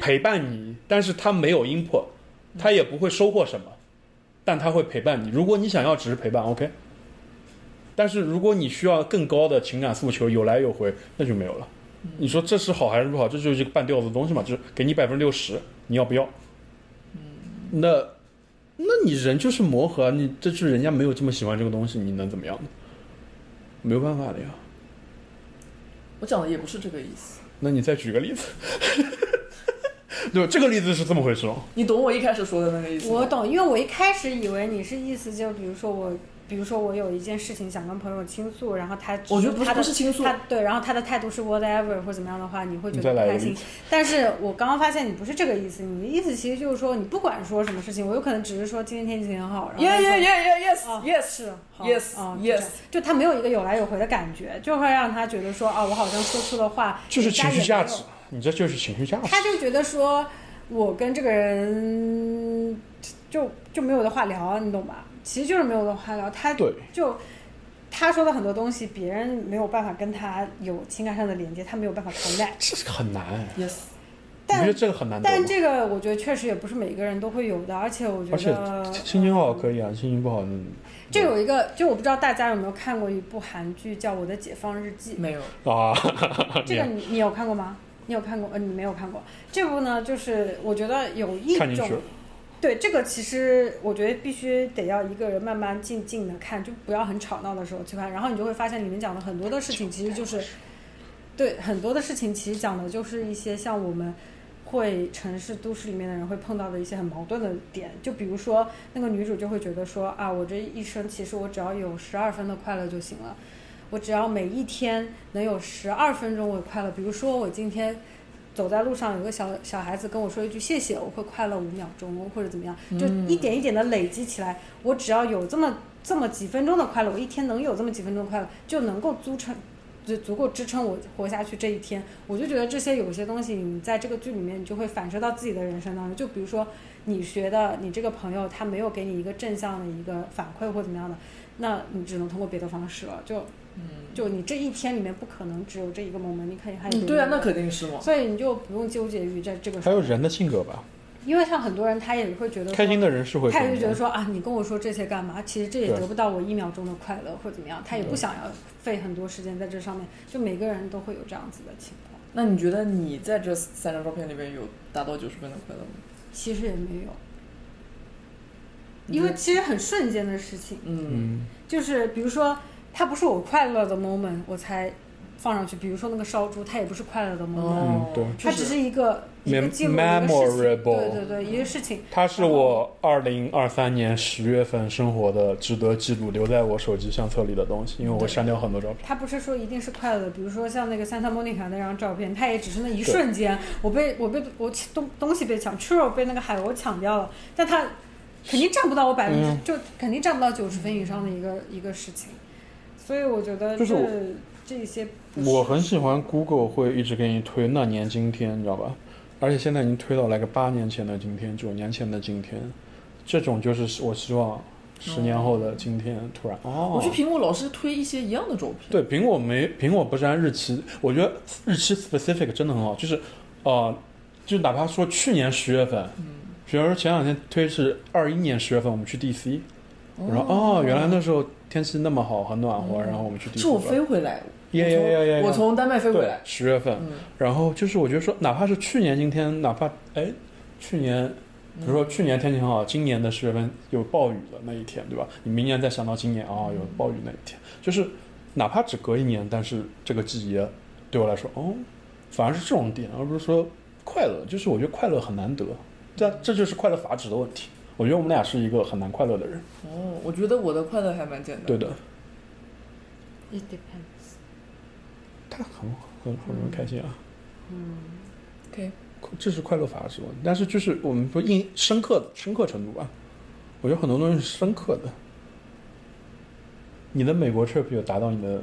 陪伴你，但是他没有 input，他也不会收获什么，但他会陪伴你。如果你想要只是陪伴，OK，但是如果你需要更高的情感诉求，有来有回，那就没有了。你说这是好还是不好？这就是一个半吊子的东西嘛，就是给你百分之六十，你要不要？那那你人就是磨合，啊你这就是人家没有这么喜欢这个东西，你能怎么样呢？没有办法的呀。我讲的也不是这个意思，那你再举个例子， 对，这个例子是这么回事哦。你懂我一开始说的那个意思吗我。懂，因为我一开始以为你是意思就比如说我，比如说我有一件事情想跟朋友倾诉，然后他我觉得不是他的不是倾诉他对，然后他的态度是 whatever 或怎么样的话，你会觉你再来得不一个开心例子。但是我刚刚发现你不是这个意思，你的意思其实就是说你不管说什么事情，我有可能只是说今天天气挺好，然后他 Yeah 说 yeah yeah yeah 哦 yes yes 是好 Yes，哦 yes 就这样就他没有一个有来有回的感觉，就会让他觉得说啊，我好像说出了话，就是人家情绪也价没有值，你这就是情绪价值。他就觉得说，我跟这个人就就没有的话聊，啊你懂吧？其实就是没有的话聊，他对就他说的很多东西，别人没有办法跟他有情感上的连接，他没有办法 connect。这个很难， yes，我觉但得这个很难得但吗？这个我觉得确实也不是每个人都会有的，而且我觉而且得心情好嗯可以啊，心情不好，嗯就有一个，就我不知道大家有没有看过一部韩剧叫《我的解放日记》。没有，啊，这个你你有看过吗？你有看过？呃，你没有看过这部呢？就是我觉得有一看进种去了，对这个，其实我觉得必须得要一个人慢慢静静的看，就不要很吵闹的时候去看，然后你就会发现里面讲的很多的事情，其实就是对很多的事情，其实讲的就是一些像我们会城市都市里面的人会碰到的一些很矛盾的点，就比如说那个女主就会觉得说啊，我这一生其实我只要有十二分的快乐就行了，我只要每一天能有十二分钟我快乐，比如说我今天走在路上，有个小小孩子跟我说一句谢谢，我会快乐五秒钟或者怎么样，嗯就一点一点的累积起来。我只要有这么这么几分钟的快乐，我一天能有这么几分钟的快乐，就能够支撑，就足够支撑我活下去这一天。我就觉得这些有些东西，你在这个剧里面，你就会反射到自己的人生当中。就比如说，你学的你这个朋友他没有给你一个正向的一个反馈或怎么样的，那你只能通过别的方式了。就嗯，就你这一天里面不可能只有这一个 moment，你可以还有嗯别的对啊， moment 那肯定是嘛。所以你就不用纠结于在这个还上有面，人的性格吧，因为像很多人他也会觉得说开心，的人是会他这也样就觉得的说啊，你跟我说这些干嘛？其实这也对得不到我一秒钟的快乐或者怎么样，他也不想要费很多时间在这上面。就每个人都会有这样子的情况，那你觉得你在这三张照片里面有达到九十分的快乐吗？其实也没有，你因觉为得其实很瞬间的事情，嗯，嗯，就是比如说，它不是我快乐的 moment 我才放上去，比如说那个烧猪，它也不是快乐的 moment，、哦嗯，对它确只是实，一个一个 Mem- 记录一个事情，对 memorable 对对，一个事情。它是我二零二三年十月份生活的值得记录，留在我手机相册里的东西，因为我删掉很多照片。他不是说一定是快乐的，比如说像那个 Santa Monica 那张照片，它也只是那一瞬间，我被我被我抢东东西被抢，吃肉被那个海鸥抢掉了，但他肯定占不到我百分之，嗯就肯定占不到九十分以上的一个、一个事情，所以我觉得就是我这这些不是我很喜欢 Google 会一直给你推那年今天，你知道吧？而且现在已经推到来个八年前的今天，九年前的今天，这种就是我希望十年后的今天突然哦，我去苹果老是推一些一样的照片。对，苹果没苹果不是按日期，我觉得日期 specific 真的很好，就是，呃，就哪怕说去年十月份，嗯，比如说前两天推是二一年十月份，我们去 DC，我说哦嗯哦，原来那时候天气那么好，很暖和，然后我们去 DC，是我飞回来，耶耶耶耶，我从丹麦飞回对来。十月份，嗯，然后就是我觉得说，哪怕是去年今天，哪怕哎，去年嗯比如说去年天气很好，今年的十月份有暴雨的那一天，对吧？你明年再想到今年啊、嗯有暴雨那一天，就是哪怕只隔一年，但是这个季节对我来说，哦，反而是这种点，而不是说快乐。就是我觉得快乐很难得，这这就是快乐阀值的问题。我觉得我们俩是一个很难快乐的人，哦，我觉得我的快乐还蛮简单。对的， it depends，他很很很很开心啊。嗯， ，OK，这是快乐法是吧？但是就是我们说印深刻的深刻程度吧，我觉得很多东西是深刻的。你的美国 trip 有达到你的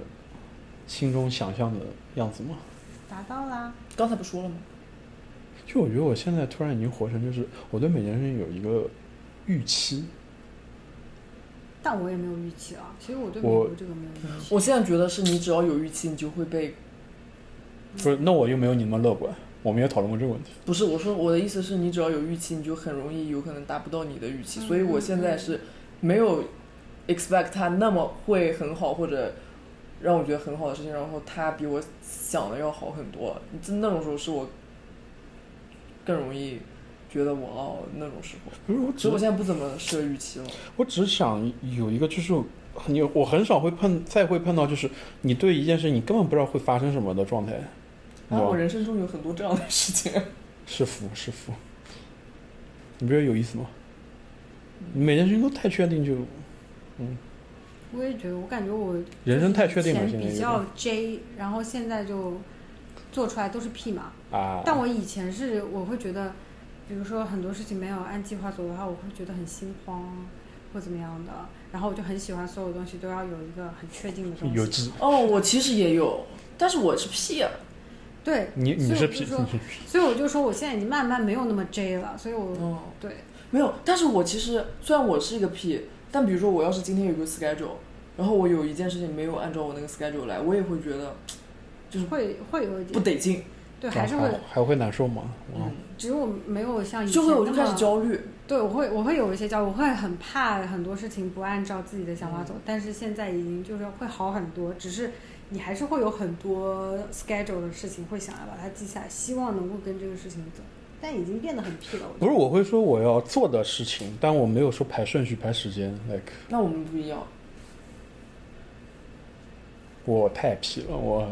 心中想象的样子吗？达到啦，刚才不说了吗？嗯就我觉得我现在突然已经活成就是我对每件事情有一个预期，但我也没有预期啊，其实我对美我国这个没有预期，我现在觉得是你只要有预期，你就会被。不是？那我又没有你那么乐观。我们也讨论过这个问题。不是，我说我的意思是你只嗯要有预期，你就很容易有可能达不到你的预期。所以我现在是没有 expect 他那么会很好，或者让我觉得很好的事情，然后他比我想的要好很多。就那种时候是我更容易觉得我哦那种时候，可是我只所以我现在不怎么设预期了。我只想有一个，就是你我很少会碰，再会碰到就是你对一件事你根本不知道会发生什么的状态，你啊，知道我吗？人生中有很多这样的事情。是福是福，你不觉得有意思吗？你每件事情都太确定就，我也觉得，我感觉我人生太确定了以现前在有比点较 J，然后现在就做出来都是屁嘛。啊，但我以前是我会觉得，比如说很多事情没有按计划走的话，我会觉得很心慌或怎么样的。然后我就很喜欢所有东西都要有一个很确定的东西。有自哦，我其实也有，但是我是 P 啊，对，你你是所以我就 P 说你是 P，所以我就说我现在已经慢慢没有那么 J 了，所以我、嗯，对没有。但是我其实虽然我是一个 P，但比如说我要是今天有个 schedule，然后我有一件事情没有按照我那个 schedule 来，我也会觉得会会有一不点得劲，对，还还是会，啊还会难受吗？嗯，只是我没有啊像以前就会我就那么开始焦 虑。对，我会我会有一些焦虑，我会很怕很多事情不按照自己的想法走，但是现在已经就是会好很多，只是你还是会有很多 schedule 的事情会想要把它记下来，希望能够跟这个事情走，但已经变得很屁了。不我觉是，我会说我要做的事情，但我没有说排顺序排时间，like 那我们不一 样，我太 P 了，我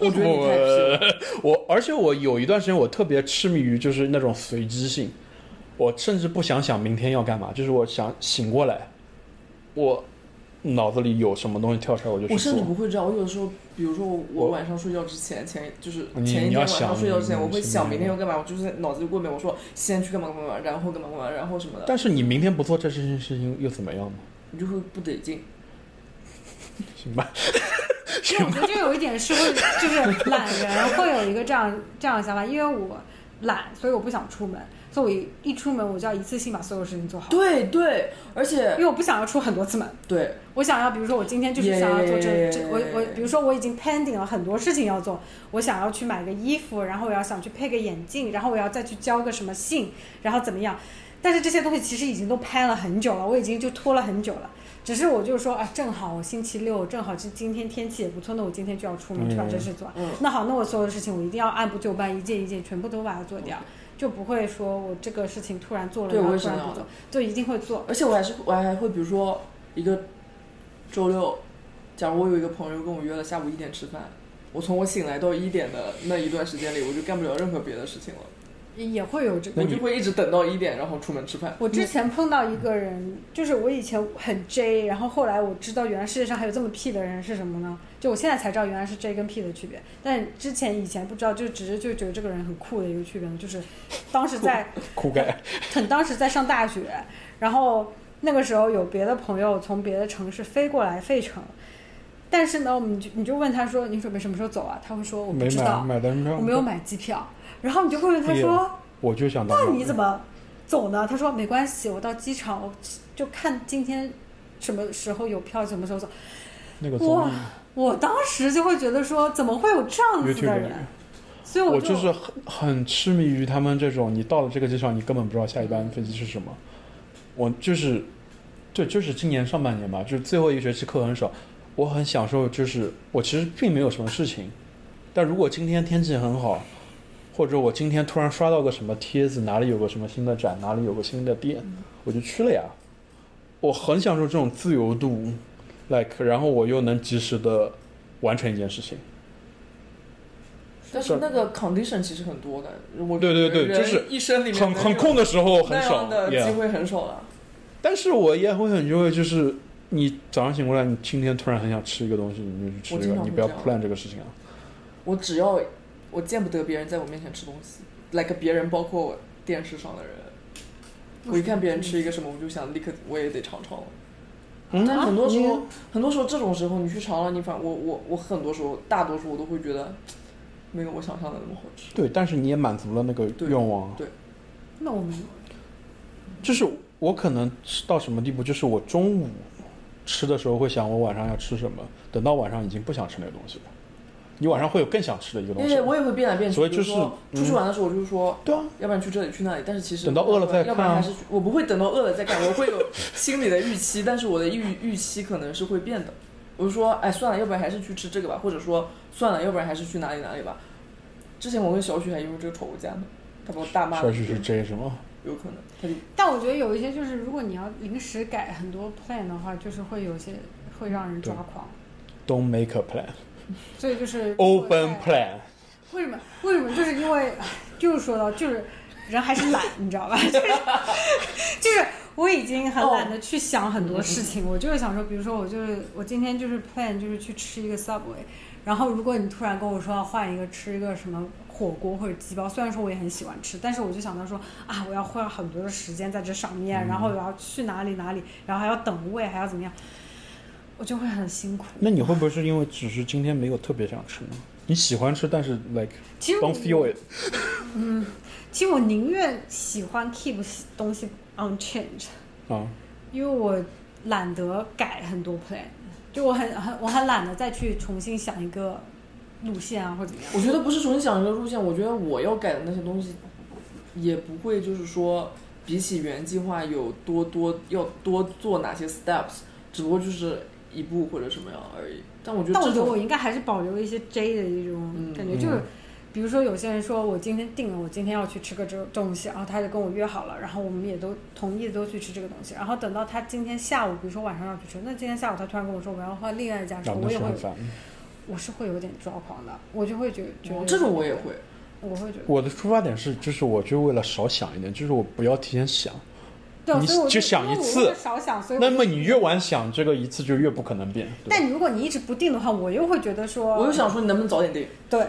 我觉得你太 P 了。 我，而且我有一段时间我特别痴迷于就是那种随机性，我甚至不想想明天要干嘛，就是我想醒过来，我脑子里有什么东西跳出来我就去我甚至做。不会这样，我有的时候，比如说我我我晚上睡觉之前，前就是你前一你天要晚上想睡觉之前，你我会是想那明天个要干嘛，我就是脑子就过面，我说先去干嘛干嘛干嘛，然后干嘛干嘛，然后什么的，但是你明天不做这件事情又怎么样呢？你就会不得劲。行吧， 因为我觉得这有一点是会就是懒人会有一个这样这样的想法，因为我懒，所以我不想出门，所以我一出门我就要一次性把所有事情做好，啊对对，而且嗯因为我不想要出很多次门。对，我想要，比如说我今天就是想要做这 Yeah 这，我我比如说我已经 pending 了很多事情要做，我想要去买个衣服，然后我要想去配个眼镜，然后我要再去交个什么信，然后怎么样？但是这些东西其实已经都 plan 了很久了，我已经就拖了很久了。只是我就说啊，正好我星期六，正好是今天天气也不错，那我今天就要出门去把这事做完。嗯那好，那我所有的事情我一定要按部就班，一件一件全部都把它 做掉，就不会说我这个事情突然做了，对然后我也突然是那不样做，就一定会做。而且我还是我还会，比如说一个周六，假如我有一个朋友跟我约了下午一点吃饭，我从我醒来到一点的那一段时间里，我就干不了任何别的事情了，也会有这个那我你就会一直等到一点，然后出门吃饭。我之前碰到一个人，就是我以前很 J，然后后来我知道原来世界上还有这么屁的人是什么呢？就我现在才知道原来是 J 跟 P 的区别，但之前以前不知道，就只是就觉得这个人很酷的一个区别呢，就是当时在酷盖，很当时在上大学，然后那个时候有别的朋友从别的城市飞过来费城，但是呢，我们就你就问他说你准备什么时候走啊？他会说我不没知买道，买哎单票，我没有，买机票，然后你就会问他也说。我就想当。那你怎？么走呢？他说没关系，我到机场我就看今天什么时候有票，什么时候走。那个综哇艺，我当时就会觉得说，怎么会有这样子 YouTube 的人？所以我就就是很很痴迷于他们这种，你到了这个机场，你根本不知道下一班飞机是什么。我就是，对，就是今年上半年吧，就是最后一个学期课很少，我很享受，就是我其实并没有什么事情，但如果今天天气很好，或者我今天突然刷到个什么帖子，哪里有个什么新的展，哪里有个新的店，我就去了呀。我很享受这种自由度，like，然后我又能及时的完成一件事情。但是那个 condition 其实很多的，我对对对人就是一生里面很能很有空的时候那很少样的 yeah 机会很少了。但是我也会很就会就是，你早上醒过来，你今天突然很想吃一个东西，你就去我吃经一个，常你会不要这样 plan 这个事情啊。我只要我见不得别人在我面前吃东西，like 别人包括电视上的人，我一看别人吃一个什么，我就想立刻我也得尝尝了。嗯但是很多时候，你很多时候这种时候你去尝了，你反我我我很多时候大多数我都会觉得没有我想象的那么好吃。对，但是你也满足了那个对愿望啊。对那我没有，就是我可能吃到什么地步，就是我中午吃的时候会想我晚上要吃什么，等到晚上已经不想吃那个东西了。你晚上会有更想吃的一个东因西为。我也会变来变去，所以比如就是说出去玩的时候，我就说，对啊，要不然去这里去那里，但是其实等到饿了再要不然看啊还是我不会等到饿了再看，我会有 心理的预期，但是我的预预期可能是会变的。我就说，哎，算了，要不然还是去吃这个吧，或者说算了，要不然还是去哪里哪里吧。之前我跟小许还因为这个吵过架呢，他把我大骂了小一许顿，是 J 是吗？有可能，他就但我觉得有一些就是，如果你要临时改很多 plan 的话，就是会有些会让人抓狂。 Don't make a plan, 所以就是如果 open 在 plan。为什么？为什么？就是因为，唉又说到就是人还是懒，你知道吧？ 就是就是我已经很懒得去想很多事情，我就是想说，比如说我就是我今天就是 plan 就是去吃一个 Subway，然后如果你突然跟我说要换一个吃一个什么。火锅或者鸡煲，虽然说我也很喜欢吃，但是我就想到说啊，我要花很多的时间在这上面，然后我要去哪里哪里，然后还要等位，还要怎么样，我就会很辛苦。那你会不会是因为只是今天没有特别想吃呢？你喜欢吃，但是 like 其实 don't 我 feel it。其实我宁愿喜欢 keep 东西 unchanged，啊，因为我懒得改很多 plan，就我很很我很懒得再去重新想一个路线啊或者怎么样。我觉得不是重新想一个路线，我觉得我要改的那些东西，也不会就是说比起原计划有多多要多做哪些 steps，只不过就是一步或者什么样而已。但我觉得但我这觉得种嗯我应该还是保留一些 J 的一种感觉，就是比如说有些人说我今天定了，我今天要去吃个这东西，然后他就跟我约好了，然后我们也都同意都去吃这个东西，然后等到他今天下午，比如说晚上要去吃，那今天下午他突然跟我说我要换另外一家吃，那我是也会很烦。我我是会有点抓狂的，我就会觉觉得哦这种我也会，我会觉得。我的出发点是，就是我就为了少想一点，就是我不要提前想。对，啊你所以我就想因为一我次会少想，所以我那就么你越晚想这个一次，就越不可能变。对吧嗯但如果你一直不定的话，我又会觉得说，我就想说你能不能早点定？对。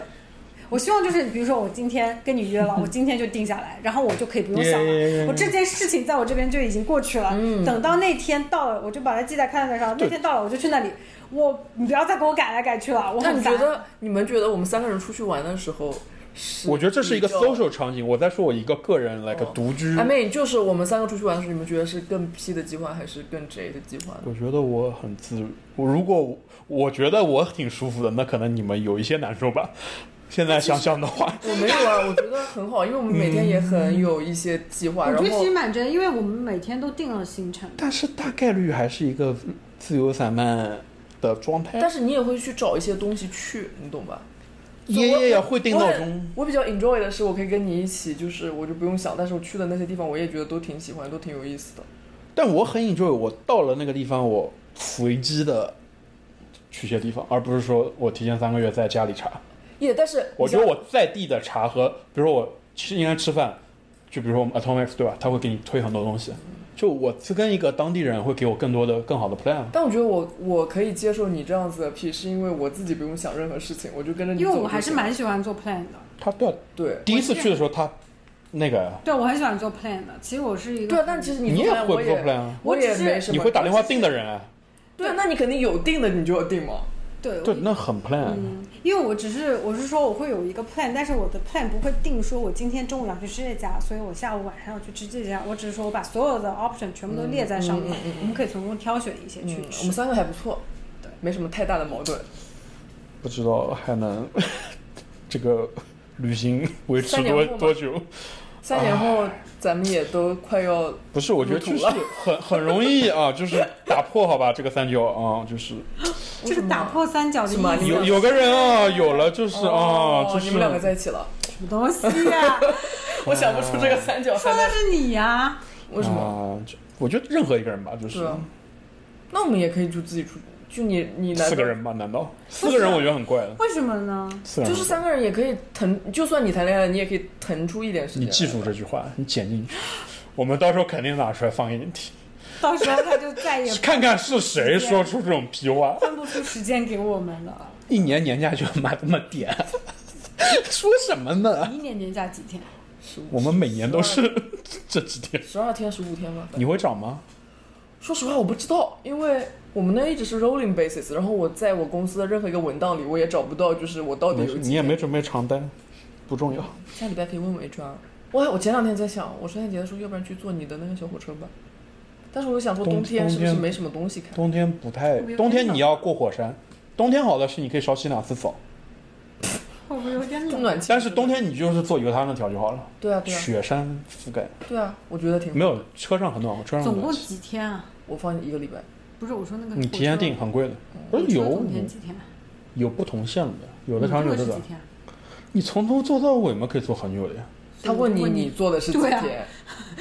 我希望就是，比如说我今天跟你约了，我今天就定下来，然后我就可以不用想 Yeah, 了。yeah, yeah, yeah. 我这件事情在我这边就已经过去了，嗯等到那天到了，我就把它记在 calendar 上。对那天到了，我就去那里。我你不要再给我改来改去了，我那很哦你烦觉。得你们觉得我们三个人出去玩的时候是？我觉得这是一个 social 场景，我在说我一个个人 like 哦独居 I。mean，就是我们三个出去玩的时候，你们觉得是更 P 的计划还是更 J 的计划呢？我觉得我很自，我如果我我觉得我挺舒服的，那可能你们有一些难受吧。 现在想想的话，嗯我没有啊，我觉得很好，因为我们每天也嗯很有一些计划，我然觉后得其实蛮真，因为我们每天都定了行程。但是大概率还是一个自由散漫的状态。但是你也会去找一些东西去，你懂吧？爷我爷也会定我闹很钟。我比较 enjoy 的是，我可以跟你一起，就是我就不用想，但是我去的那些地方，我也觉得都挺喜欢，都挺有意思的。但我很 enjoy，我到了那个地方，我随机的去些地方，而不是说我提前三个月在家里查。也，但是我觉得你想我在地的查和，比如说我吃应该吃饭，就比如说我们 Atomics 对吧？他会给你推很多东西。就我是跟一个当地人，会给我更多的更好的 plan。但我觉得我我可以接受你这样子的 P，是因为我自己不用想任何事情，我就跟着你因为走我就还是行蛮喜欢做 plan 的，他对啊对第一次去的时候，他那个对我很喜欢做 plan 的。其实我是一个对啊，但其实你做也饭会我不做 plan 啊我也我只是没什么。你会打电话订的人啊，对啊，那你肯定有订的，你就有订嘛。对对，那很 plan。啊嗯，因为我只是我是说我会有一个 plan，但是我的 plan 不会定说我今天中午要去吃这家，所以我下午晚上要去吃这家。我只是说我把所有的 option 全部都列在上面，我们可以从中挑选一些嗯，去我吃。们三个还不错，对，没什么太大的矛盾。不知道还能 这个旅行维持三年多后吗多久？三啊年后，咱们也都快要不是，我觉得入土就是了很很容易啊，就是打破好吧，这个三角啊、就是这个打破三角的意什么义你们有有个人啊，有了 就是啊，哦就是你们两个在一起了，什么东西 呀、我想不出这个三角说三的在是你呀、为什么。啊？就我觉得任何一个人吧，就是对啊，那我们也可以就自己出，就你你来四个人吧？难道四个人？我觉得很怪的，为什么呢？四个人就是三个人也可以腾，就算你谈恋爱，你也可以腾出一点时间。你记住这句话，你剪进去，我们到时候肯定拿出来放给你听，到时候他就再也看看是谁说出这种屁话。分不出时间给我们了。 一年年假就妈这么点， 说什么呢？一年年假几天？我们每年都是 这几天，十二天、十五天吧。你会涨吗？说实话，我不知道，因为我们那一直是 rolling basis，然后我在我公司的任何一个文档里，我也找不到，就是我到底没有事，几你也天没准备长单，不重要。下礼拜可以问问 HR。我我前两天在想，我圣诞节的时候，要不然去坐你的那个小火车吧。但是我又想过，冬冬天是不是冬天没什么东西看？ 冬天不太没，有冬天冰你冷要过火山。冬天好的是你可以少洗两次澡，会不会有点冷？暖气。但是冬天你就是坐油他那条就好了，对啊对啊雪山覆盖，对啊，我觉得挺没。有车上很暖和，车上很总暖共气嗯几天啊？我放一个礼拜，不是我说那个你提前订定，很贵的，不火是车有总天几天？有不同线路的，有的你长有坐的是短几。天？啊你从头坐到尾嘛，可以坐很久的呀。他问你你坐的是几对啊天，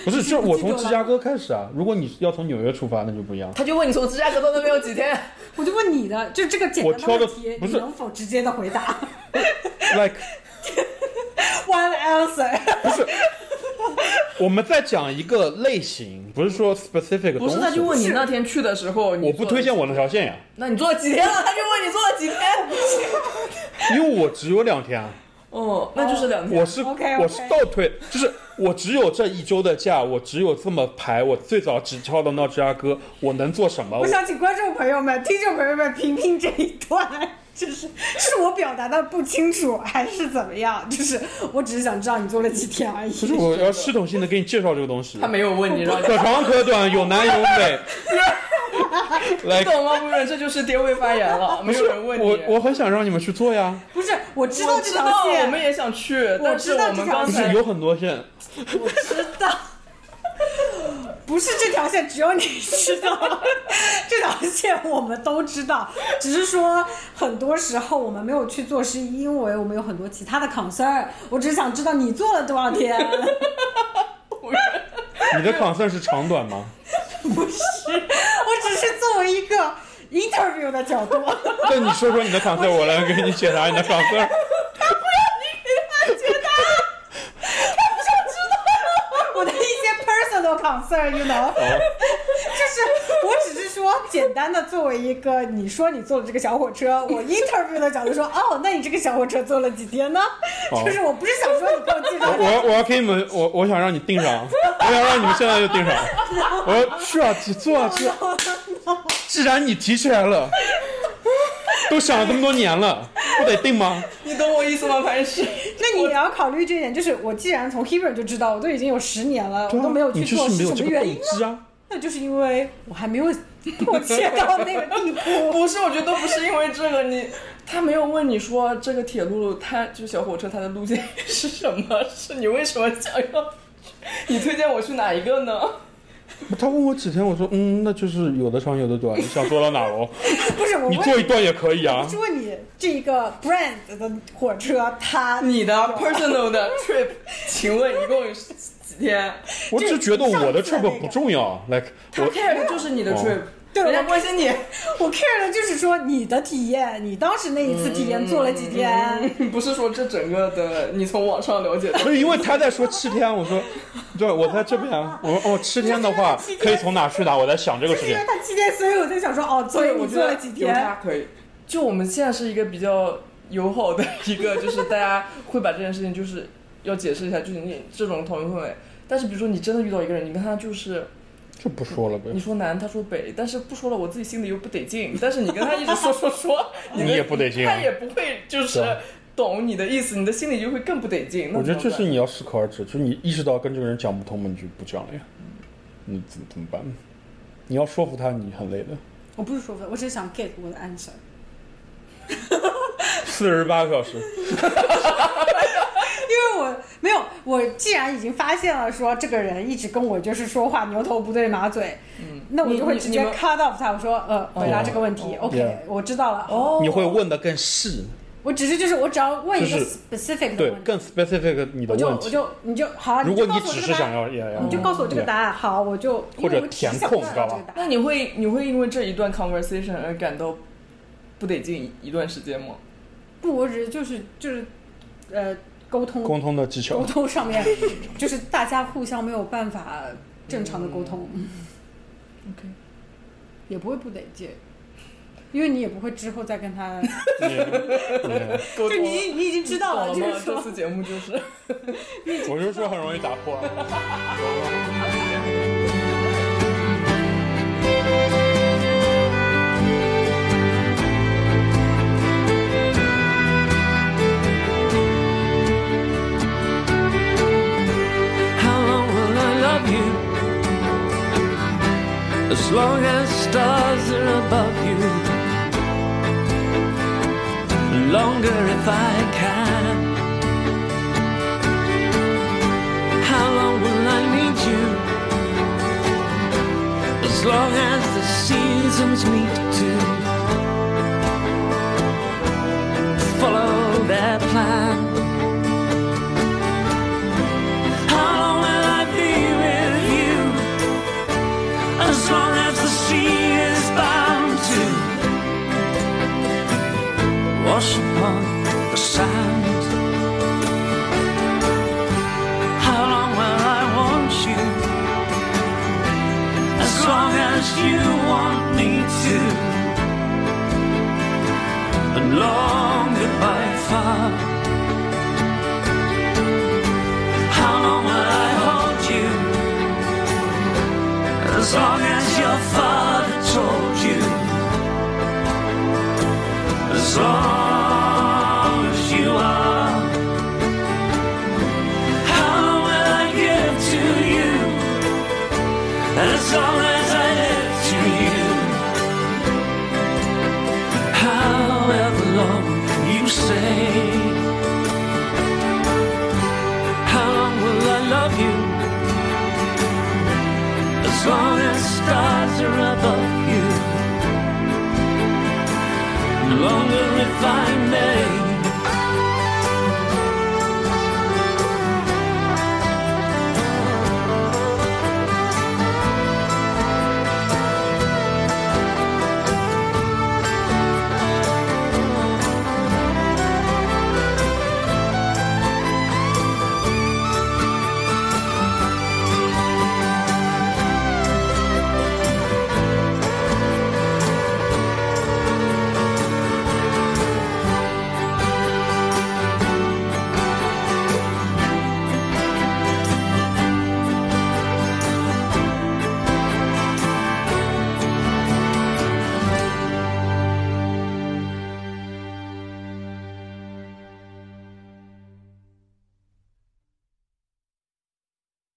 不是，就是我从记住了芝加哥开始啊。如果你要从纽约出发，那就不一样。他就问你从芝加哥到那边有几 天，我就问你的，就这个简我单挑的问题，不你是能否直接的回答 Like， ？One answer，我们在讲一个类型，不是说 specific 的东不西。是他就问你那天去的时候，你我不坐了推荐我那条线呀，那你做了几天了？他就问你做了几天？因为我只有两天啊。嗯，那就是两天。我是 OK，OK 我是倒推，就是我只有这一周的假，我只有这么排。我最早只跳到到芝加哥，我能做什么？我我想请观众朋友们、听众朋友们评评这一段，就是是我表达的不清楚，还是怎么样？就是我只是想知道你做了几天而已。不是我要系统性的给你介绍这个东西他。没有问你，让你可长可短，有南有 北。来你，懂吗？不是，这就是爹位发言了，不没是有人问你。我，我很想让你们去做呀。不是，我知道我这知条道线，我们也想去，但是知道我们这条刚不才是有很多线，我知道，不是这条线只有你知道， 这条线我们都知道，只是说很多时候我们没有去做，是因为我们有很多其他的 concern。我只是想知道你做了多少天，你的 concern 是长短吗？不是，我只是作为一个 interview 的角度。那你说说你的 concern，我来给你解答你的 concern。我的一些 personal concern，you know，就是我只是说简单的作为一个你说你坐了这个小火车，我 interview 的角度说，哦，那你这个小火车坐了几天呢？哦就是我不是想说你给我介绍我要我要给你们，我我想让你定上，我想让你们现在就定上。我要去啊，去做啊，去。既然你提起来了，都想了这么多年了，不得定吗？你懂我意思吗？潘 石，那你也要考虑这一点，就是我既然从 Hebrew 就知道，我都已经有十年了，我对啊都没有去你就做，没是有什这么个原动因？机啊。那就是因为我还没有迫切到那个地 步。不是，我觉得都不是因为这个，你他没有问你说这个铁路它就是小火车它的路线 是什么，是你为什么想要？你推荐我去哪一个呢？他问我几天，我说嗯，那就是有的长有的短，你想做到哪哦？不是我你做问，一段也可以啊不。是问你这一个 brand 的火车，它你的 personal 的 trip，请问一共是几天？我只觉得我的这 trip 不重要，like 他我 care 的就是你的哦 trip，对人家我关心你。我 care 的就是说你的体验，你当时那一次体嗯验做了几天？ 不是说这整个的你从网上了解 的，不是因为他在说七天，我说对，我在这边啊，我说哦，七天的话七天可以从哪去哪，我在想这个就事是因情为。他七天，所以我在想说，哦，所以我你觉做得了几有天他？可以。就我们现在是一个比较友好的一个，就是大家会把这件事情就是要解释一下，就是你这种讨论氛围。但是比如说你真的遇到一个人，你跟他就是就不说了呗你，说南，他说北，但是不说了，我自己心里又不得劲。 但是你跟他一直说说说，你的也不得劲啊他也不会就是是啊懂你的意思，你的心里就会更不得劲。那我觉得怎这么是办你要适可而止，就是你意识到跟这个人讲不通嘛，你就不讲了呀。你怎么怎么办？你要说服他，你很累的。我不是说分，我只是想 get 我的 answer。四十八个小时，因为我没有，我既然已经发现了说这个人一直跟我就是说话牛头不对马嘴，那我就会嗯你直你接你们 cut off 他，我说呃回答这个问题哦，yeah ，OK，我知道了。哦，你会问的更细，我只是就是我只要问一个就是 specific 的对，问题，更 specific 你的我就问我题。就你就好啊，如果就你告诉我只这是个答想案要，也你就告诉我这个答案，好，我就或者因为我只是想填空知道知道吧这个答那案你会你会因为这一段 conversation 而感到不得劲一段时间吗？不，我只是就是就是呃沟通沟通的技沟 巧。通上面，就是大家互相没有办法正常的沟通。嗯 OK 也不会不得劲，因为你也不会之后再跟 他，你你沟就通你已你已经知道嗯了，懂就吗是这说次节目就是。我就说很容易打破啊。 How long will I love you? As long as stars are above you. longer if I can. How long will I need you? As long as the seasons meet to follow their plan. How long will I be with you? As long as the sea is bound to wash upon the sand. How long will I want you? As long as you want me to. And long goodbye far. How long will I hold you? As long as your father told you. As long as you are, how will I give to you? As long as I live to you, however long you say, how long will I love you? As long as stars are above you longer if I may.